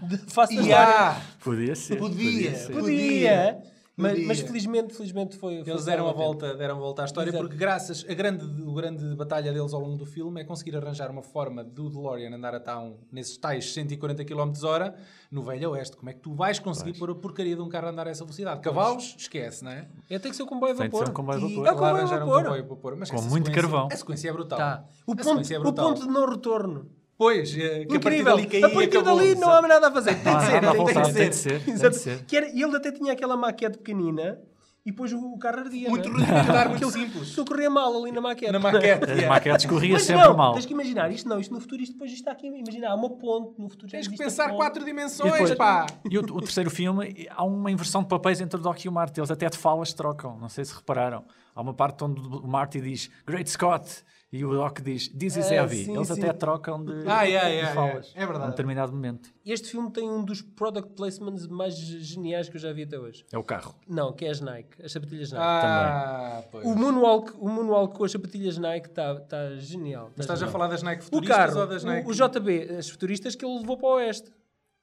A: de face da história.
C: Yeah.
B: Podia ser.
C: Podia.
B: ser.
A: Podia, Mas,
C: Podia.
A: mas felizmente, felizmente foi. foi
C: Eles deram a
A: salvo tempo.
C: volta, deram a volta à história
A: Exato.
C: porque graças a grande, a grande batalha deles ao longo do filme é conseguir arranjar uma forma do DeLorean andar a town nesses tais 140 km hora no Velho Oeste. Como é que tu vais conseguir pôr a porcaria de um carro a andar a essa velocidade? Cavalos? Esquece, não é?
A: É, tem que ser o comboio a
B: Tem de ser
A: vapor.
B: um comboio a
C: E
A: É
B: vapor.
A: o
C: lá
A: comboio a
C: arranjaram um
A: vapor.
C: comboio para pôr, mas
B: Com
C: essa
B: muito
C: sequência-
B: carvão.
C: A sequência é brutal.
A: Tá. O,
C: A
A: ponto,
C: sequência é
A: o
C: brutal.
A: ponto de não retorno.
C: Pois, eh,
A: Incrível.
C: que a partir dali caía
A: a partir
C: acabou.
A: dali não há nada a fazer. Tem
B: Ah,
A: que
B: Não há
A: ser. tem
B: nada a
A: que
B: voltar,
A: ser.
B: tem de ser, tem de
A: Exato.
B: ser.
A: Que era- ele até tinha aquela maquete pequenina e depois o, o carro ardia.
C: Muito
A: não é?
C: rudimentar, muito
A: Aquilo-
C: simples.
A: Aquilo corria mal ali na maquete.
C: Na
A: não é?
C: maquete.
B: As
C: yeah.
B: maquetes corria
A: Mas
B: sempre
A: não,
B: mal.
A: tens que imaginar. Isto não, isto no futuro, isto depois isto está aqui. Imagina, há uma ponte no futuro. já
C: Tens que
A: existe um a
C: pensar
A: ponte.
C: quatro
B: E,
C: dimensões,
B: depois,
C: pá.
B: e o, o terceiro filme, e há uma inversão de papéis entre o Doc e o Marty. Eles até de falas trocam, não sei se repararam. Há uma parte onde o Marty diz Great Scott e o Doc diz This is
A: Ah,
B: heavy.
A: sim,
B: Eles
A: sim.
B: até trocam de,
C: Ah, yeah,
B: de
C: yeah,
B: falas.
C: yeah. É verdade.
B: A um determinado momento.
A: Este filme tem um dos product placements mais geniais que eu já vi até hoje.
B: É o carro.
A: Não, que é as Nike. As sapatilhas Nike.
C: Ah, pois.
A: O moonwalk, o moonwalk com as sapatilhas Nike está tá genial. tá
C: Mas estás a
A: genial.
C: falar das Nike
A: o
C: futuristas
A: carro,
C: ou das Nike...
A: o, o JB, as futuristas que ele levou para o Oeste.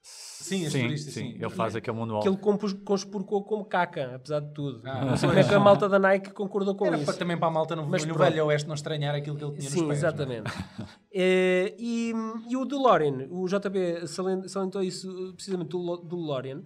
C: Sim, as
B: Sim,
C: futuristas,
B: sim.
C: sim.
B: Ele faz aquele manual.
A: Que ele compus- conspurcou como caca, apesar de tudo.
C: Ah,
A: não sei como é que a malta da Nike concordou com
C: Era
A: isso.
C: para, também para a malta no
A: Mas
C: velho,
A: pronto.
C: velho oeste não estranhar aquilo que ele tinha
A: Sim,
C: nos pés. não é?
A: exatamente. Eh, e, e o DeLorean, o JB salen- salientou isso eh, precisamente do, Lo- do DeLorean.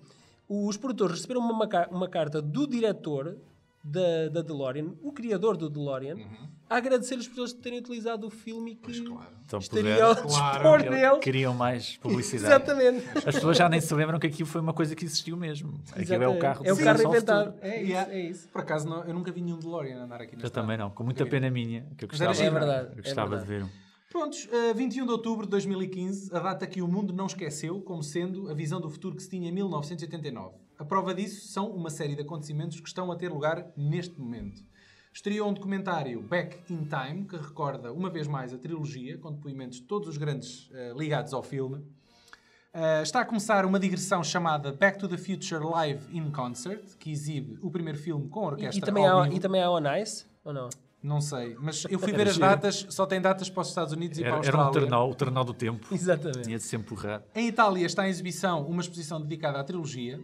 A: Os produtores receberam uma, maca- uma carta do diretor da, da DeLorean, o criador do DeLorean,
C: Uhum.
A: a agradecer as pessoas por terem utilizado o filme e que
B: Então,
A: estaria
B: puder-
A: ao dispor
B: Ele-
A: deles.
B: Queriam mais publicidade.
A: Exatamente.
B: As pessoas já nem se lembram que aquilo foi uma coisa que existiu mesmo. Aquilo é o
A: Exatamente.
B: carro.
A: É o
B: do
A: carro
B: Sim.
A: inventado.
C: É,
A: É isso,
C: yeah.
A: é isso.
C: Por acaso, não- eu nunca vi nenhum DeLorean andar aqui na
B: Eu também não, com muita pena minha, que eu
C: Mas era
B: gostava,
C: giro.
A: É verdade,
B: eu
A: é
B: gostava de
A: verdade.
B: ver um.
C: Prontos, eh, 21 de outubro de 2015, a data que o mundo não esqueceu, como sendo a visão do futuro que se tinha em 1989. A prova disso são uma série de acontecimentos que estão a ter lugar neste momento. Estreou um documentário Back in Time, que recorda uma vez mais a trilogia, com depoimentos de todos os grandes eh, ligados ao filme. Uh, está a começar uma digressão chamada Back to the Future Live in Concert, que exibe o primeiro filme com a
A: E-
C: orquestra
A: E, também
C: ao
A: há,
C: vivo.
A: e também há On Ice, ou não?
C: Não sei, mas eu fui
B: Era
C: ver as
B: giro.
C: datas, só tem datas para os Estados Unidos e para Tipo a
B: Era, era
C: Austrália.
B: um ternal, o ternal do tempo.
A: Exatamente.
B: Tinha de se empurrar.
C: Em Itália está em exibição uma exposição dedicada à trilogia.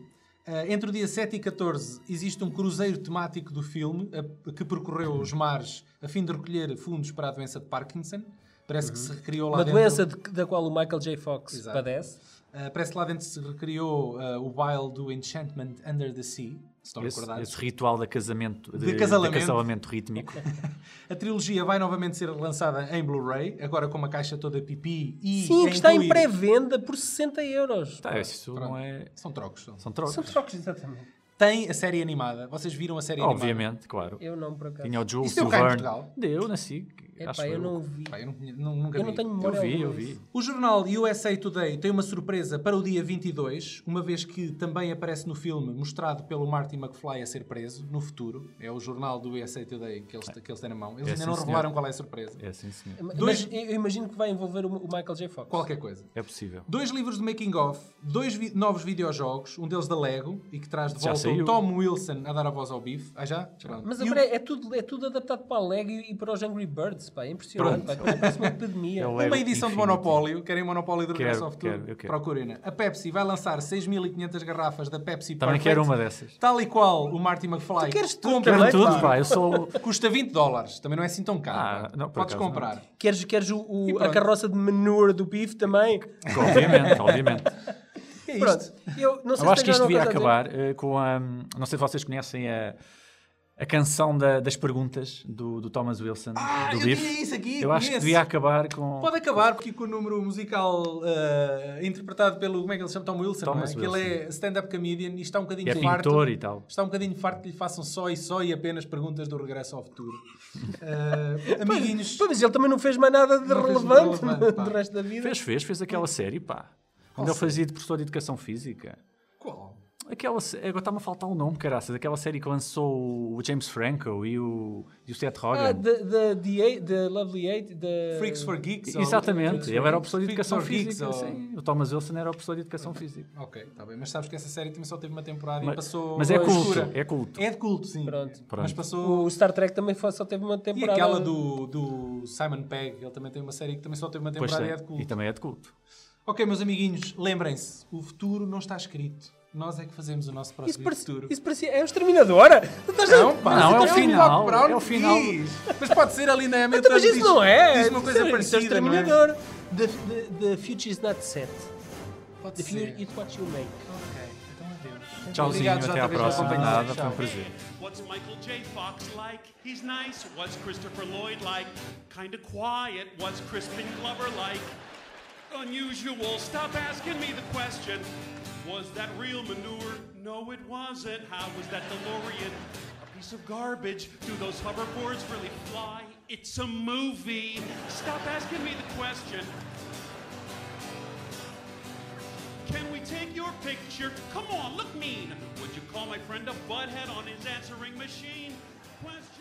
C: Ah, entre o dia 7 e 14 existe um cruzeiro temático do filme a- que percorreu os mares a fim de recolher fundos para a doença de Parkinson. Parece que se recriou lá
A: Uma
C: dentro.
A: doença de- da qual o Michael J. Fox
C: Exato.
A: padece.
C: Ah, parece que lá dentro se recriou ah, o baile do Enchantment Under the Sea, se estão
B: Esse,
C: recordados.
B: esse ritual de acasamento, de,
C: De acasalamento.
B: de acasalamento rítmico.
C: A trilogia vai novamente ser lançada em Blu-ray, agora com uma caixa toda pipi e. é
A: Sim,
C: a
A: que está em
C: incluir-
A: pré-venda por 60 euros.
B: Tá, isso
C: Pronto.
B: não é.
C: São trocos. são-
B: São trocos.
A: São trocos, exatamente.
C: Tem a série animada. Vocês viram a série animada?
B: Obviamente, claro.
A: Eu não, por acaso.
B: Tinha o Jules
C: Isso deu cá em
B: Verne.
C: Portugal?
B: Deu, nasci. acho
A: Epá, eu
B: eu.
A: não vi.
C: Pá, eu não conhe- nu- nunca
A: Eu
C: vi.
A: não tenho
B: Eu
A: memória.
B: vi, eu
A: alguma
B: vi.
A: disso.
C: O jornal USA Today tem uma surpresa para o dia 22, uma vez que também aparece no filme mostrado pelo Marty McFly a ser preso no futuro. É o jornal do USA Today que eles, que eles têm na mão. Eles
B: É,
C: ainda
B: sim,
C: não
B: senhor.
C: revelaram qual é a surpresa.
B: É sim, senhor.
A: Mas
C: Dois-
A: eu eu imagino que vai envolver o o Michael J. Fox.
C: Qualquer coisa.
B: É possível.
C: Dois livros de making of, dois vi- novos videojogos, um deles da Lego e que traz de
B: Já
C: volta o
B: saiu.
C: Tom Wilson a dar a voz ao bife. Ah, já? Pronto.
A: Mas
C: E o-
A: agora é, é tudo, é tudo adaptado para a Lego e e para os Angry Birds, pá. É impressionante,
B: Pronto.
A: pá. Parece uma epidemia.
B: É o
C: Uma
B: Lego
C: edição de
B: Infinity.
C: Monopólio. Querem Monopólio do
B: Quero,
C: Regresso ao Futuro?
B: quero, eu quero.
C: Procurem-na. A Pepsi vai lançar 6.500 garrafas da Pepsi
B: Também
C: Perfect,
B: quero uma dessas.
C: Tal e qual o Marty
A: Tu
C: McFly.
A: queres tudo
C: compra
B: Quero
A: Também,
B: tudo,
A: pá.
B: pá. Eu sou.
C: Custa 20 dólares. Também não é assim tão caro.
B: Ah,
C: pá.
B: não, por
C: Podes
B: acaso não.
C: comprar.
A: Queres, queres o- o-
C: E
A: a
C: pronto.
A: carroça de manure do bife também?
B: obviamente, obviamente.
A: Que é Pronto. Eu não sei
B: Eu
A: se
B: acho que
A: tens
B: isto
A: alguma
B: devia
A: coisa a dizer.
B: acabar eh, com a. Não sei se vocês conhecem a, a canção da- das perguntas do, do Thomas Wilson.
C: Ah,
B: do
C: eu
B: Biff.
C: tinha isso aqui.
B: Eu acho que
C: conheço.
B: devia acabar com.
C: Pode acabar porque com o número musical ah, interpretado pelo. Como é que ele se chama? Tom Wilson.
B: Thomas
C: não é? Que ele
B: Wilson.
C: é stand-up comedian e está um bocadinho
B: É
C: farto.
B: pintor e tal.
C: Está um bocadinho farto que lhe façam só e só e apenas perguntas do regresso ao futuro. Ah, amiguinhos.
A: Pois, mas ele também não fez mais nada de
C: Não fez
A: relevante,
C: nada relevante, pá.
A: do resto da vida.
B: Fez, fez, fez aquela série, pá. Onde ele fazia de professor de educação física.
C: Qual?
B: Aquela, sé- agora está-me a faltar o nome, caraças. Aquela série que lançou o James Franco e o, e o Seth Rogen.
A: Ah, the, the, the, eight, the Lovely Eight, the...
C: Freaks for Geeks? ou-
B: Exatamente, ele era o professor de
C: Freaks
B: educação
C: for Geeks,
B: física.
C: ou-
B: sim. O Thomas Wilson era o professor de educação física.
C: Ok, está bem. Mas sabes que essa série também só teve uma temporada e
B: Mas,
C: passou.
B: mas é
C: à
B: culto,
C: escura.
B: é culto.
C: É de culto, sim.
A: Pronto.
C: Mas
B: Pronto.
C: passou.
A: O Star Trek também foi- só teve uma
C: E
A: temporada...
C: aquela do, do Simon Pegg, ele também tem uma série que também só teve uma
B: Pois
C: temporada e
B: tem.
C: é de culto.
B: E também é de culto.
C: Ok, meus amiguinhos, lembrem-se: o futuro não está escrito. Nós é que fazemos o nosso próximo
A: Isso parecia...
C: futuro.
A: Isso parecia... É o Exterminadora? Tu estás a-
C: pá,
B: Não, é o
C: então
B: final,
C: Doc Brown
B: é o
C: que
B: final.
C: diz. Mas pode ser ali na Hamilton.
A: Então, mas isso
C: diz-
A: não é.
C: Diz uma coisa
A: Isso é- Isso é o
C: parecida. não é?
A: Exterminador. The, the, the future is not set.
C: Pode
A: The future
C: ser.
A: is what you make.
C: Ok, então adeus.
B: Tchauzinho,
C: Obrigado,
B: até à
C: JB, pela
B: próxima.
C: companhia.
B: Nada, foi um
C: Tchau.
B: prazer.
D: What's Michael J. Fox like? He's nice. What's Christopher Lloyd like? Kinda quiet. What's Crispin Glover like? unusual. Stop asking me the question. Was that real manure? No, it wasn't. How was that DeLorean? A piece of garbage. Do those hoverboards really fly? It's a movie. Stop asking me the question. Can we take your picture? Come on, look mean. Would you call my friend a butthead on his answering machine? Question.